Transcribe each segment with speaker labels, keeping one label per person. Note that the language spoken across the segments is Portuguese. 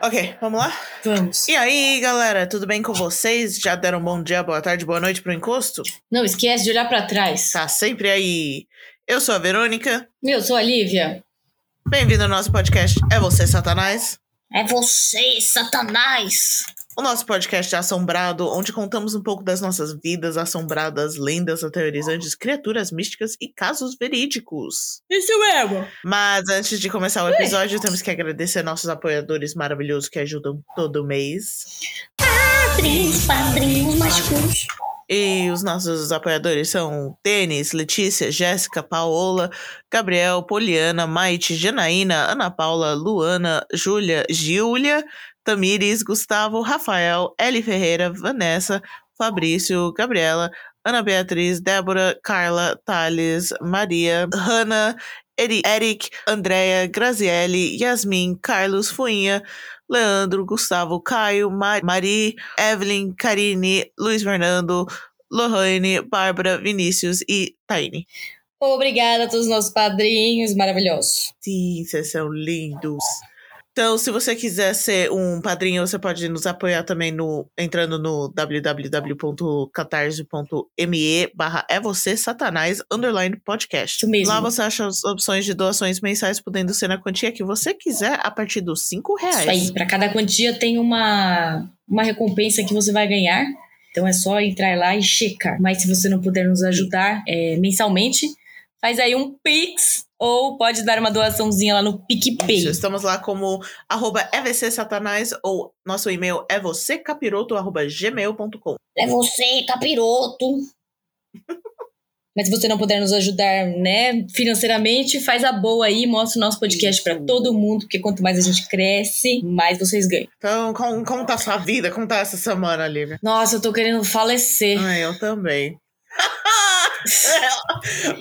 Speaker 1: Ok, vamos lá?
Speaker 2: Vamos.
Speaker 1: E aí, galera, tudo bem com vocês? Já deram um bom dia, boa tarde, boa noite pro encosto?
Speaker 2: Não esquece de olhar pra trás.
Speaker 1: Tá sempre aí. Eu sou a Verônica.
Speaker 2: Eu sou a Lívia.
Speaker 1: Bem-vindo ao nosso podcast É Você, Satanás?
Speaker 2: É você, Satanás!
Speaker 1: O nosso podcast é assombrado, onde contamos um pouco das nossas vidas assombradas, lendas aterrorizantes, criaturas místicas e casos verídicos.
Speaker 2: Isso mesmo!
Speaker 1: Mas antes de começar o episódio, temos que agradecer nossos apoiadores maravilhosos que ajudam todo mês.
Speaker 2: Padrinhos, padrinhos mágicos.
Speaker 1: E os nossos apoiadores são Denis, Letícia, Jéssica, Paola, Gabriel, Poliana, Maite, Janaína, Ana Paula, Luana, Júlia, Giulia, Tamires, Gustavo, Rafael, Eli Ferreira, Vanessa, Fabrício, Gabriela, Ana Beatriz, Débora, Carla, Thales, Maria, Hanna, Eri- Eric, Andréia, Graziele, Yasmin, Carlos, Fuinha, Leandro, Gustavo, Caio, Ma- Mari, Evelyn, Karine, Luiz Fernando, Lohane, Bárbara, Vinícius e Taine.
Speaker 2: Obrigada a todos os nossos padrinhos maravilhosos.
Speaker 1: Sim, vocês são lindos. Então, se você quiser ser um padrinho, você pode nos apoiar também no entrando no www.catarse.me barra é você satanás underline podcast.
Speaker 2: Isso mesmo.
Speaker 1: Lá você acha as opções de doações mensais, podendo ser na quantia que você quiser, a partir dos cinco
Speaker 2: É Isso
Speaker 1: reais.
Speaker 2: aí, pra cada quantia tem uma, uma recompensa que você vai ganhar. Então é só entrar lá e checar. Mas se você não puder nos ajudar é, mensalmente, faz aí um Pix ou pode dar uma doaçãozinha lá no PicPay.
Speaker 1: Isso, Estamos lá como arroba EVC Satanás ou nosso e-mail é você capiroto arroba gmail.com.
Speaker 2: É você, capiroto. Mas se você não puder nos ajudar, né, financeiramente, faz a boa aí, mostra o nosso podcast pra todo mundo, porque quanto mais a gente cresce, mais vocês ganham.
Speaker 1: Então, como, como tá a sua vida? Como tá essa semana, Lívia?
Speaker 2: Nossa, eu tô querendo falecer.
Speaker 1: Ah, eu também.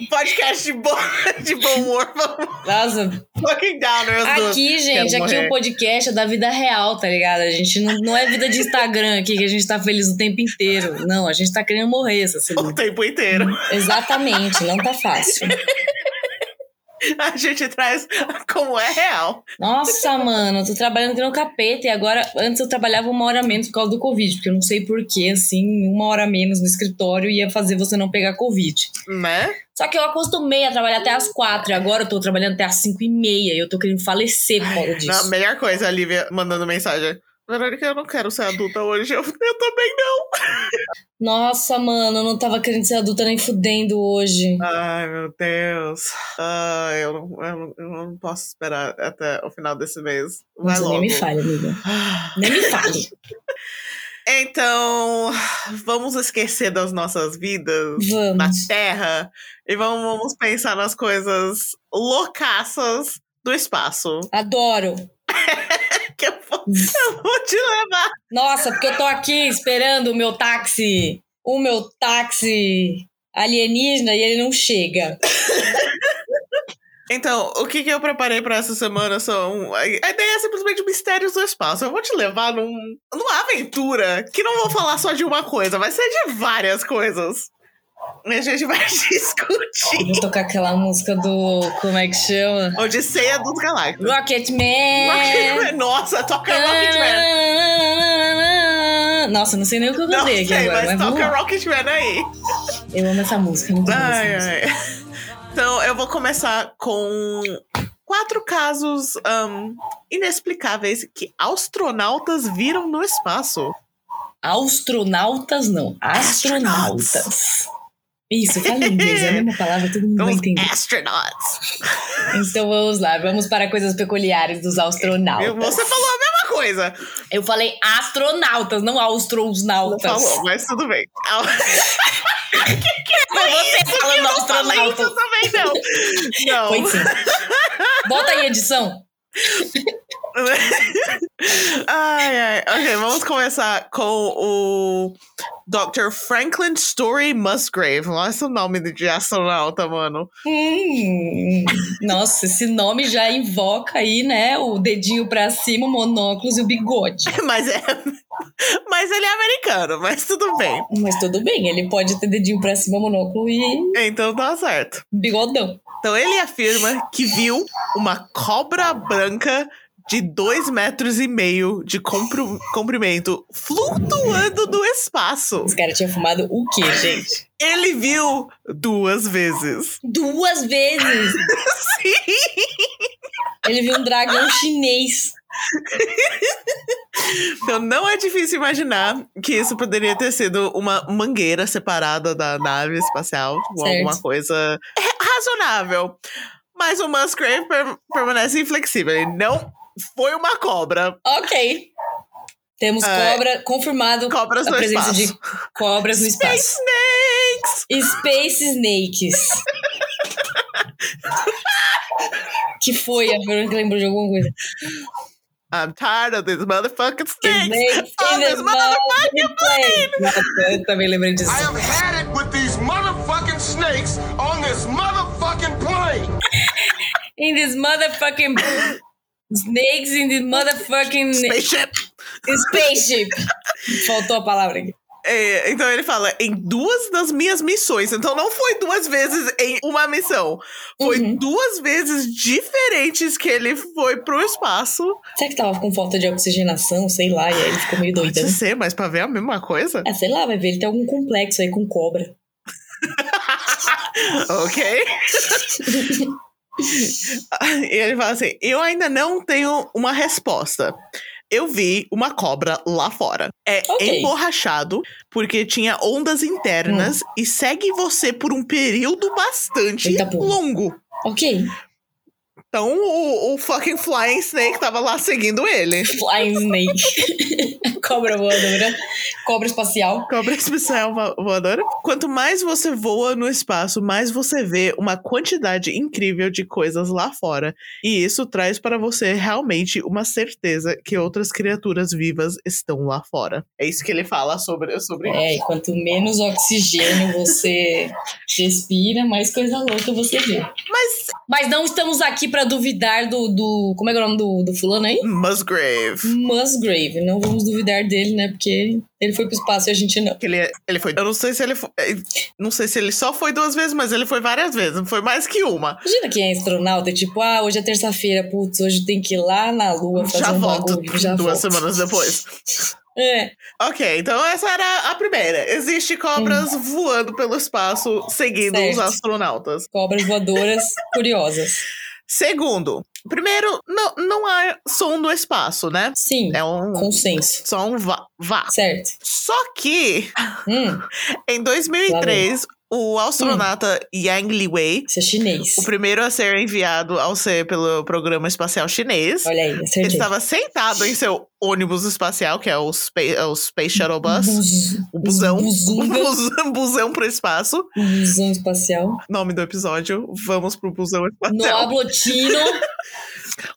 Speaker 1: Podcast de bom, de bom humor, vamos
Speaker 2: Nossa,
Speaker 1: fucking downer, né, as duas.
Speaker 2: aqui, gente,
Speaker 1: Quero
Speaker 2: aqui
Speaker 1: morrer.
Speaker 2: o podcast é da vida real, tá ligado? A gente não, não é vida de Instagram aqui que a gente tá feliz o tempo inteiro. Não, a gente tá querendo morrer essa
Speaker 1: O
Speaker 2: semana.
Speaker 1: tempo inteiro.
Speaker 2: Exatamente, não tá fácil.
Speaker 1: A gente traz como é real.
Speaker 2: Nossa, mano, eu tô trabalhando que nem um capeta e agora, antes eu trabalhava uma hora a menos por causa do Covid, porque eu não sei porquê, assim, uma hora a menos no escritório ia fazer você não pegar Covid.
Speaker 1: Né?
Speaker 2: Só que eu acostumei a trabalhar até as quatro, e agora eu tô trabalhando até as cinco e meia e eu tô querendo falecer por causa
Speaker 1: Não, A
Speaker 2: disso.
Speaker 1: melhor coisa, a Lívia mandando mensagem. Verônica, eu não quero ser adulta hoje. Eu, eu também não.
Speaker 2: Nossa, mano, eu não tava querendo ser adulta nem fudendo hoje.
Speaker 1: Ai, meu Deus. Ai, eu não, eu não, eu não posso esperar até o final desse mês. Vai
Speaker 2: Nossa,
Speaker 1: logo.
Speaker 2: nem me fale, amiga. Nem me fale.
Speaker 1: Então, vamos esquecer das nossas vidas. na
Speaker 2: Vamos.
Speaker 1: Terra e vamos, vamos pensar nas coisas loucaças do espaço.
Speaker 2: Adoro.
Speaker 1: Que eu vou, eu vou te levar.
Speaker 2: Nossa, porque eu tô aqui esperando o meu táxi, o meu táxi alienígena e ele não chega.
Speaker 1: Então, o que, que eu preparei pra essa semana são. A ideia é simplesmente mistérios do espaço. Eu vou te levar num, numa aventura que não vou falar só de uma coisa, vai ser de várias coisas. E a gente vai discutir.
Speaker 2: Vou tocar aquela música do. Como é que chama?
Speaker 1: Odisseia dos Galácticos.
Speaker 2: Rocketman!
Speaker 1: Nossa, toca
Speaker 2: Ah.
Speaker 1: Rocketman.
Speaker 2: Rocketman! Ah, Nossa, não sei nem o que eu
Speaker 1: Não
Speaker 2: cantei aqui
Speaker 1: sei,
Speaker 2: agora,
Speaker 1: mas
Speaker 2: mas vamos
Speaker 1: toca
Speaker 2: lá.
Speaker 1: Rocketman aí.
Speaker 2: Eu amo essa música, é muito boa essa
Speaker 1: Ai,
Speaker 2: música.
Speaker 1: ai. Então, eu vou começar com quatro casos ahn, inexplicáveis que astronautas viram no espaço.
Speaker 2: Astronautas não,
Speaker 1: Astronauts.
Speaker 2: astronautas. Isso, fala em inglês, é a mesma palavra, todo mundo vai
Speaker 1: Os
Speaker 2: entender.
Speaker 1: astronauts.
Speaker 2: Então vamos lá, vamos para coisas peculiares dos astronautas.
Speaker 1: Eu- Você falou a mesma coisa.
Speaker 2: Eu falei astronautas, não
Speaker 1: Não
Speaker 2: astronautas.
Speaker 1: falou, mas tudo bem.
Speaker 2: Foi você
Speaker 1: Eu
Speaker 2: falando
Speaker 1: não falei então.
Speaker 2: astronautas.
Speaker 1: isso também, não. Não.
Speaker 2: é Foi sim. Volta aí, edição.
Speaker 1: ai, ai. Ok, vamos começar com o Dr. Franklin Story Musgrave. Nossa, o nome de astronauta, mano.
Speaker 2: Hum, nossa, esse nome já invoca aí, né? O dedinho pra cima, o monóculos e o bigode.
Speaker 1: Mas é. Mas ele é americano, mas tudo bem.
Speaker 2: Mas tudo bem, ele pode ter dedinho pra cima, monóculo e
Speaker 1: Então tá certo.
Speaker 2: bigodão.
Speaker 1: Então ele afirma que viu uma cobra branca de dois metros e meio de compro- comprimento flutuando no espaço.
Speaker 2: Esse cara tinha fumado o quê, gente?
Speaker 1: Ele viu duas vezes.
Speaker 2: Duas vezes!
Speaker 1: Sim!
Speaker 2: Ele viu um dragão chinês.
Speaker 1: Então não é difícil imaginar que isso poderia ter sido uma mangueira separada da nave espacial, ou
Speaker 2: Certo.
Speaker 1: alguma coisa razoável. Mas o Musgrave per- permanece inflexível. Ele não foi uma cobra.
Speaker 2: Ok. Temos
Speaker 1: É.
Speaker 2: cobra confirmado
Speaker 1: Cobras
Speaker 2: a
Speaker 1: no
Speaker 2: presença
Speaker 1: espaço.
Speaker 2: de cobras no espaço.
Speaker 1: Snakes!
Speaker 2: Space Snakes. que foi? A Verônica lembrou de alguma coisa.
Speaker 1: I'm tired of these motherfucking snakes!
Speaker 2: Snakes
Speaker 1: Oh,
Speaker 2: in the
Speaker 1: this motherfucking
Speaker 2: place. Nossa, eu também lembrei disso.
Speaker 3: I have had it with these motherfucking snakes on this motherfucking plane.
Speaker 2: In this motherfucking... Snakes in the motherfucking
Speaker 1: Spaceship!
Speaker 2: spaceship. Faltou a palavra aqui.
Speaker 1: É, então ele fala, em duas das minhas missões. Então não foi duas vezes em uma missão. Foi
Speaker 2: Uhum.
Speaker 1: duas vezes diferentes que ele foi pro espaço.
Speaker 2: Será que tava com falta de oxigenação, sei lá, e aí ele ficou meio doidão?
Speaker 1: Pode ser, mas pra ver a mesma coisa?
Speaker 2: Ah, sei lá, vai ver, ele tem algum complexo aí com cobra.
Speaker 1: ok. e ele fala assim: eu ainda não tenho uma resposta. Eu vi uma cobra lá fora. É
Speaker 2: Ok.
Speaker 1: emborrachado, porque tinha ondas internas
Speaker 2: Hum.
Speaker 1: e segue você por um período bastante
Speaker 2: Eita porra.
Speaker 1: longo.
Speaker 2: Ok.
Speaker 1: Então o, o fucking Flying Snake tava lá seguindo ele.
Speaker 2: Flying Snake. cobra voadora. Cobra espacial.
Speaker 1: Cobra especial vo- voadora. Quanto mais você voa no espaço, mais você vê uma quantidade incrível de coisas lá fora. E isso traz para você realmente uma certeza que outras criaturas vivas estão lá fora. É isso que ele fala sobre. sobre...
Speaker 2: É, e quanto menos oxigênio você respira, mais coisa louca você vê.
Speaker 1: Mas
Speaker 2: Mas não estamos aqui pra duvidar do, do. Como é que é o nome do, do fulano aí?
Speaker 1: Musgrave.
Speaker 2: Musgrave. Não vamos duvidar dele, né? Porque ele foi pro espaço e a gente não.
Speaker 1: que Ele, ele foi. Eu não sei se ele foi. eh, Não sei se ele só foi duas vezes, mas ele foi várias vezes. Não foi mais que uma.
Speaker 2: Imagina quem é astronauta, tipo, ah, hoje é terça-feira, putz, hoje tem que ir lá na Lua fazer
Speaker 1: Já
Speaker 2: um
Speaker 1: volto
Speaker 2: bagulho. Já
Speaker 1: duas
Speaker 2: volto.
Speaker 1: semanas depois.
Speaker 2: É,
Speaker 1: Ok, então essa era a primeira. Existe cobras voando pelo espaço seguindo os
Speaker 2: Hum. Certo.
Speaker 1: astronautas.
Speaker 2: cobras voadoras curiosas.
Speaker 1: Segundo, primeiro, não, não há som no espaço, né?
Speaker 2: Sim,
Speaker 1: É um
Speaker 2: consenso.
Speaker 1: só um va- vácuo.
Speaker 2: Certo.
Speaker 1: Só que
Speaker 2: Hum,
Speaker 1: em 2003, o astronauta
Speaker 2: Hum.
Speaker 1: Yang Liwei,
Speaker 2: isso é chinês.
Speaker 1: o primeiro a ser enviado ao ser pelo programa espacial chinês,
Speaker 2: Olha aí,
Speaker 1: ele
Speaker 2: acertei.
Speaker 1: estava sentado em seu ônibus espacial, que é o Space, é o space Shuttle Bus,
Speaker 2: Buz-
Speaker 1: o busão, um
Speaker 2: Buzunga,
Speaker 1: busão, busão pro espaço.
Speaker 2: um busão espacial.
Speaker 1: nome do episódio, vamos pro busão
Speaker 2: No
Speaker 1: espacial.
Speaker 2: Ablotino.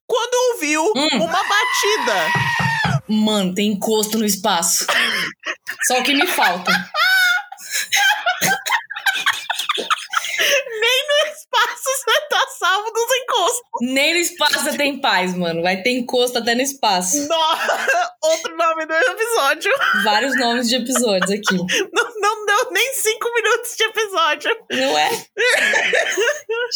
Speaker 1: Quando ouviu
Speaker 2: Hum.
Speaker 1: uma batida,
Speaker 2: Mano, tem encosto no espaço. Só o que me falta.
Speaker 1: espaço você tá salvo dos encostos.
Speaker 2: Nem no espaço você tem paz, mano. Vai ter encosto até no espaço.
Speaker 1: No- Outro nome do episódio.
Speaker 2: Vários nomes de episódios aqui.
Speaker 1: Não, não deu nem cinco minutos de episódio.
Speaker 2: Não é?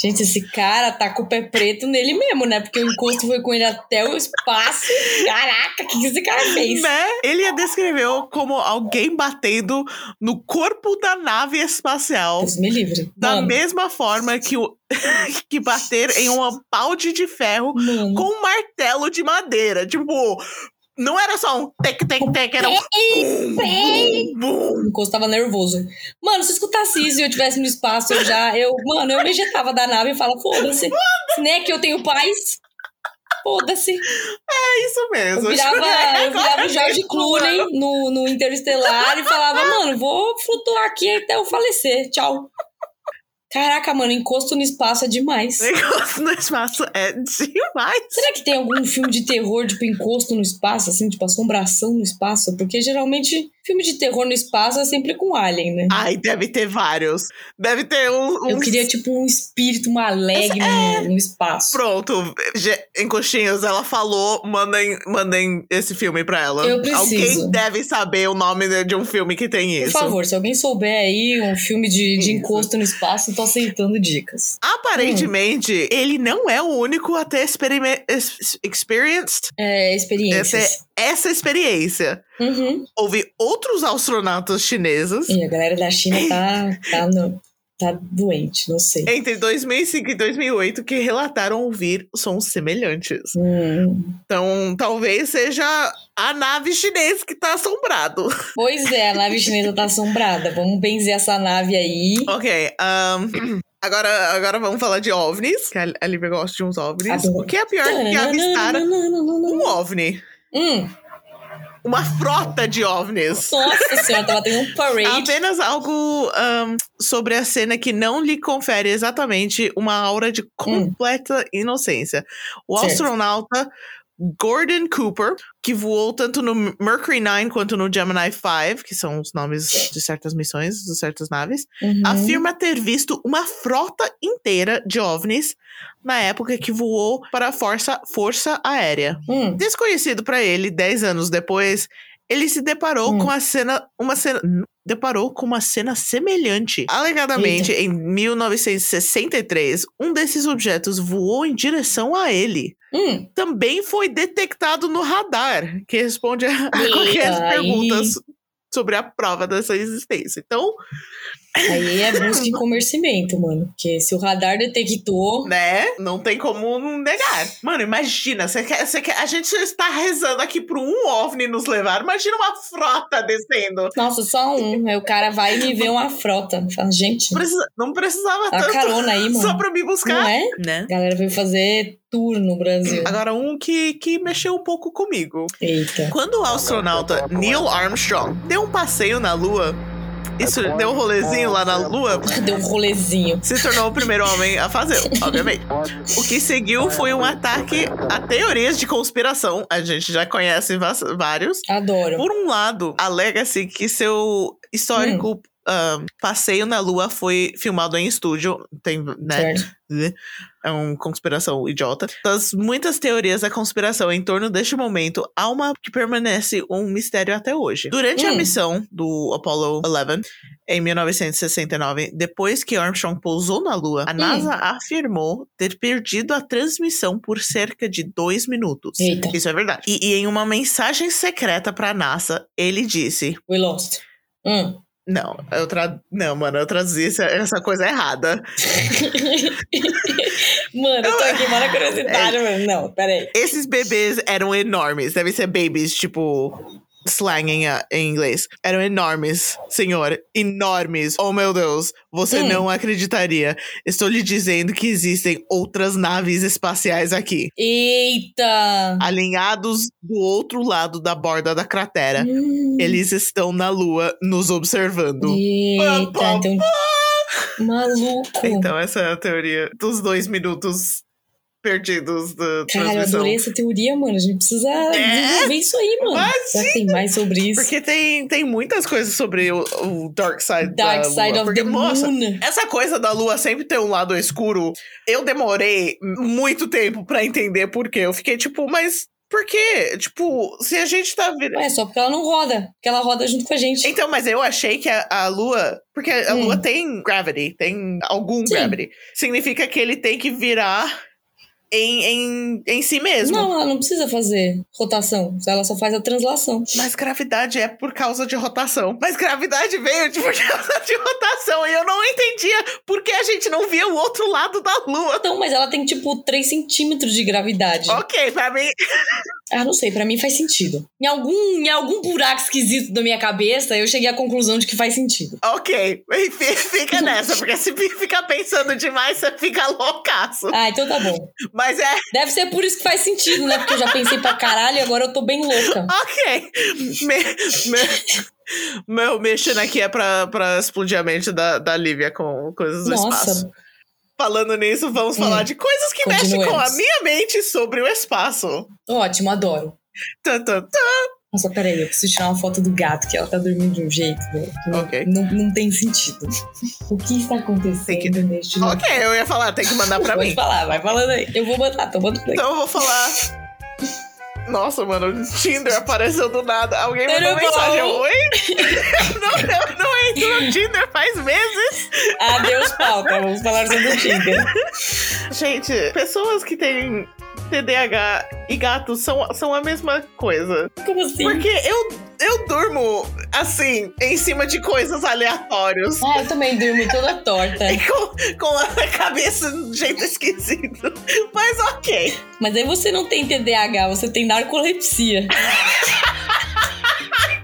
Speaker 2: Gente, esse cara tá com o pé preto nele mesmo, né? Porque o encosto foi com ele até o espaço. Caraca, o que que esse cara fez?
Speaker 1: Né? Ele a descreveu como alguém batendo no corpo da nave espacial.
Speaker 2: Deus me livre.
Speaker 1: Da
Speaker 2: Mano,
Speaker 1: mesma forma que, o, que bater em um balde de ferro
Speaker 2: mano.
Speaker 1: com um martelo de madeira. Tipo, não era só um tec-tec-tec, era um
Speaker 2: Ei, ei.
Speaker 1: bum.
Speaker 2: O encosto tava nervoso. Mano, se eu escutasse isso e eu tivesse no espaço, eu já. Eu, mano, eu me injetava da nave e falava, foda-se. Né? Que eu tenho paz. Foda-se.
Speaker 1: É isso
Speaker 2: Eu
Speaker 1: mesmo. é
Speaker 2: virava, eu virava o George
Speaker 1: mesmo,
Speaker 2: Clooney no, no Interestelar e falava, mano, vou flutuar aqui até eu falecer. Tchau. Caraca, mano, encosto no espaço é demais.
Speaker 1: Negócio no espaço é demais.
Speaker 2: Será que tem algum filme de terror, tipo, encosto no espaço, assim, tipo, assombração no espaço? Porque geralmente filme de terror no espaço é sempre com alien, né?
Speaker 1: Ai, deve ter vários. Deve ter um. é,
Speaker 2: Eu
Speaker 1: uns-
Speaker 2: queria, tipo, um espírito maligno no, no espaço.
Speaker 1: Pronto, ge- encostinhos, ela falou, mandem, mandem esse filme pra ela.
Speaker 2: Eu preciso.
Speaker 1: Alguém deve saber o nome de- de um filme que tem
Speaker 2: Por
Speaker 1: isso.
Speaker 2: favor, se alguém souber aí um filme de, de
Speaker 1: Isso.
Speaker 2: encosto no espaço, tô só aceitando dicas.
Speaker 1: Aparentemente, ele não é o único a ter experime- ex- experienced
Speaker 2: É, experiências.
Speaker 1: essa, essa experiência.
Speaker 2: Uhum.
Speaker 1: Houve outros astronautas chineses
Speaker 2: E a galera da China tá, tá, no- tá doente, não sei.
Speaker 1: entre 2005 e 2008 que relataram ouvir sons semelhantes.
Speaker 2: Hum.
Speaker 1: Então, talvez seja a nave chinesa que tá assombrado.
Speaker 2: Pois é, a nave chinesa tá assombrada. Vamos benzer essa nave aí.
Speaker 1: Ok, ahn, agora, agora vamos falar de ovnis, que a a Lívia gosta de uns ovnis.
Speaker 2: Adoro.
Speaker 1: O que é pior do que avistar um ovni?
Speaker 2: Hum,
Speaker 1: Uma frota de ovnis.
Speaker 2: nossa senhora, tava tendo um parade.
Speaker 1: Apenas algo ahn, sobre a cena que não lhe confere exatamente uma aura de completa inocência. O
Speaker 2: Certo.
Speaker 1: astronauta Gordon Cooper, que voou tanto no Mercury 9 quanto no Gemini 5, que são os nomes de certas missões, de certas naves,
Speaker 2: Uhum.
Speaker 1: afirma ter visto uma frota inteira de ovnis na época que voou para a Força, Força Aérea.
Speaker 2: Hum,
Speaker 1: Desconhecido para ele, 10 anos depois, ele se deparou
Speaker 2: Hum.
Speaker 1: com a cena, uma cena, deparou com uma cena semelhante. Alegadamente, em 1963, um desses objetos voou em direção a ele.
Speaker 2: hum.
Speaker 1: Também foi detectado no radar, que responde a qualquer
Speaker 2: Eita, aí-
Speaker 1: pergunta so- sobre a prova dessa existência. Então,
Speaker 2: Aí é busca e convencimento, mano. Porque se o radar detectou.
Speaker 1: né, não tem como não negar. Mano, imagina, você quer, você quer, a gente está rezando aqui pro um OVNI nos levar, imagina uma frota descendo.
Speaker 2: Nossa, só um. Aí o cara vai me ver uma frota. Fala, gente,
Speaker 1: Precisa- não precisava
Speaker 2: dá
Speaker 1: tanto
Speaker 2: carona aí,
Speaker 1: só
Speaker 2: Ah, mano.
Speaker 1: pra me
Speaker 2: Não
Speaker 1: buscar.
Speaker 2: é?
Speaker 1: Né?
Speaker 2: A galera veio fazer tour no Brasil.
Speaker 1: Agora, um que, que mexeu um pouco comigo.
Speaker 2: Eita.
Speaker 1: Quando o astronauta Neil Armstrong deu um passeio na Lua, isso deu um rolezinho lá na Lua,
Speaker 2: Deu um rolezinho.
Speaker 1: se tornou o primeiro homem a fazer, obviamente. O que seguiu foi um ataque a teorias de conspiração. A gente já conhece vas- vários.
Speaker 2: Adoro.
Speaker 1: Por um lado, alega-se que seu histórico
Speaker 2: Hum.
Speaker 1: ah, passeio na Lua foi filmado em estúdio. Tem, né?
Speaker 2: Certo.
Speaker 1: é uma conspiração idiota. Das muitas teorias da conspiração em torno deste momento, há uma que permanece um mistério até hoje. Durante a
Speaker 2: Hum.
Speaker 1: missão do Apollo 11, em 1969, depois que Armstrong pousou na Lua, a
Speaker 2: Hum.
Speaker 1: NASA afirmou ter perdido a transmissão por cerca de dois minutos.
Speaker 2: Eita.
Speaker 1: Isso é verdade. E, e em uma mensagem secreta para a NASA, ele disse:
Speaker 2: We lost. Hum.
Speaker 1: Não, eu tra... não, mano, eu traduzi essa- essa coisa errada.
Speaker 2: Mano, eu tô aqui, mora curiosidade, mano. Não, peraí.
Speaker 1: Esses bebês eram enormes. Devem ser babies, tipo. Slang em, ah, em inglês. Eram enormes, senhor. Enormes. Oh, meu Deus. Você
Speaker 2: Hum.
Speaker 1: não acreditaria. Estou lhe dizendo que existem outras naves espaciais aqui.
Speaker 2: Eita!
Speaker 1: Alinhados do outro lado da borda da cratera.
Speaker 2: Hum.
Speaker 1: Eles estão na lua nos observando.
Speaker 2: Eita,
Speaker 1: Pam, pam,
Speaker 2: então. Maluco!
Speaker 1: Então, essa é a teoria dos dois minutos perdidos da
Speaker 2: Cara, eu
Speaker 1: transmissão. É?
Speaker 2: adorei essa teoria, mano. A gente precisa desenvolver isso aí, mano. Será que tem mais sobre isso?
Speaker 1: Porque tem, tem muitas coisas sobre o, o Dark Side da
Speaker 2: Dark Side
Speaker 1: Lua.
Speaker 2: of
Speaker 1: Porque,
Speaker 2: the
Speaker 1: nossa,
Speaker 2: Moon.
Speaker 1: essa coisa da Lua sempre ter um lado escuro, eu demorei muito tempo pra entender por quê. Eu fiquei tipo, mas por quê? Tipo, se a gente tá virando.
Speaker 2: É só porque ela não roda, porque ela roda junto com a gente.
Speaker 1: Então, mas eu achei que a, a Lua. Porque a
Speaker 2: Hum.
Speaker 1: Lua tem gravity, tem algum
Speaker 2: Sim.
Speaker 1: gravity. Significa que ele tem que virar em, em, em si mesmo.
Speaker 2: Não, ela não precisa fazer rotação, ela só faz a translação.
Speaker 1: Mas gravidade é por causa de rotação. Mas gravidade veio de por causa de rotação. E eu não entendia por que a gente não via o outro lado da lua.
Speaker 2: Então, mas ela tem tipo 3 centímetros de gravidade.
Speaker 1: Ok, pra mim.
Speaker 2: Ah, não sei, pra mim faz sentido. Em algum, em algum buraco esquisito da minha cabeça, eu cheguei à conclusão de que faz sentido.
Speaker 1: Ok. Enfim, Fica nessa, porque se ficar pensando demais, você fica loucaço.
Speaker 2: Ah, então tá bom.
Speaker 1: Mas é.
Speaker 2: Deve ser por isso que faz sentido, né? Porque eu já pensei pra caralho e agora eu tô bem louca.
Speaker 1: Ok. Me- me- meu mexendo aqui é pra, pra explodir a mente da, da Lívia com coisas do espaço.
Speaker 2: Nossa, Hum.
Speaker 1: Falando nisso, vamos falar de coisas que mexem com a
Speaker 2: Continuemos.
Speaker 1: minha mente sobre o espaço.
Speaker 2: ótimo, adoro.
Speaker 1: Tan, tan,
Speaker 2: Nossa, peraí, eu preciso tirar uma foto do gato, que ela tá dormindo de um jeito, velho. que não-
Speaker 1: Ok.
Speaker 2: Não, não tem sentido. O que está acontecendo
Speaker 1: Tem que-
Speaker 2: neste momento?
Speaker 1: Ok, eu ia falar, tem que mandar pra
Speaker 2: Uhum. Pode
Speaker 1: mim.
Speaker 2: falar, vai falando aí. Eu vou mandar, tô mandando aí.
Speaker 1: Então eu vou falar Nossa, mano, o Tinder apareceu do nada. Alguém mandou
Speaker 2: Tudo bom?
Speaker 1: mensagem. Oi? não, eu não entro no Tinder faz meses.
Speaker 2: Adeus, Ah, pauta. Vamos falar sobre o Tinder.
Speaker 1: Gente, pessoas que têm TDAH e gatos são, são a mesma coisa.
Speaker 2: Como assim?
Speaker 1: Porque eu, eu durmo, assim, em cima de coisas aleatórias.
Speaker 2: Ah, eu também durmo toda torta.
Speaker 1: E com, com a cabeça de um jeito esquisito. Mas ok.
Speaker 2: Mas aí você não tem TDAH, você tem narcolepsia.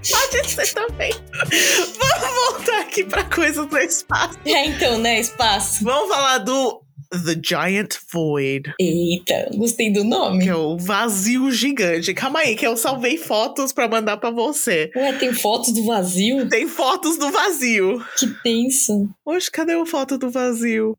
Speaker 1: Pode ser também. Vamos voltar aqui pra coisas do espaço.
Speaker 2: É, então, né? Espaço.
Speaker 1: Vamos falar do The Giant Void,
Speaker 2: Eita, gostei do nome.
Speaker 1: que é o vazio gigante. Calma aí, que eu salvei fotos pra mandar pra você.
Speaker 2: Ué, tem fotos do vazio?
Speaker 1: Tem fotos do vazio.
Speaker 2: Que tenso.
Speaker 1: Oxe, cadê a foto do vazio?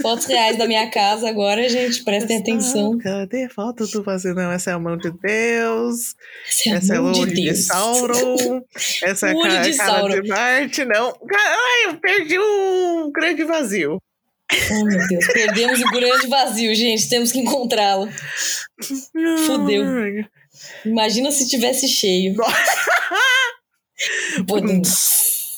Speaker 2: Fotos reais da minha casa agora, gente. Prestem atenção.
Speaker 1: Ah, Cadê a foto do vazio? Não, essa é a mão de Deus.
Speaker 2: Essa é
Speaker 1: essa é
Speaker 2: a
Speaker 1: o
Speaker 2: mão
Speaker 1: olho
Speaker 2: de
Speaker 1: de
Speaker 2: Deus.
Speaker 1: Sauron. Essa é a
Speaker 2: O olho
Speaker 1: cara,
Speaker 2: de
Speaker 1: cara de
Speaker 2: Sauron.
Speaker 1: Marte, não. Ai, eu perdi o grande vazio.
Speaker 2: Oh, meu Deus. Perdemos o grande vazio, gente. Temos que encontrá-lo. Fudeu. Imagina se tivesse cheio.
Speaker 1: Um
Speaker 2: Podem.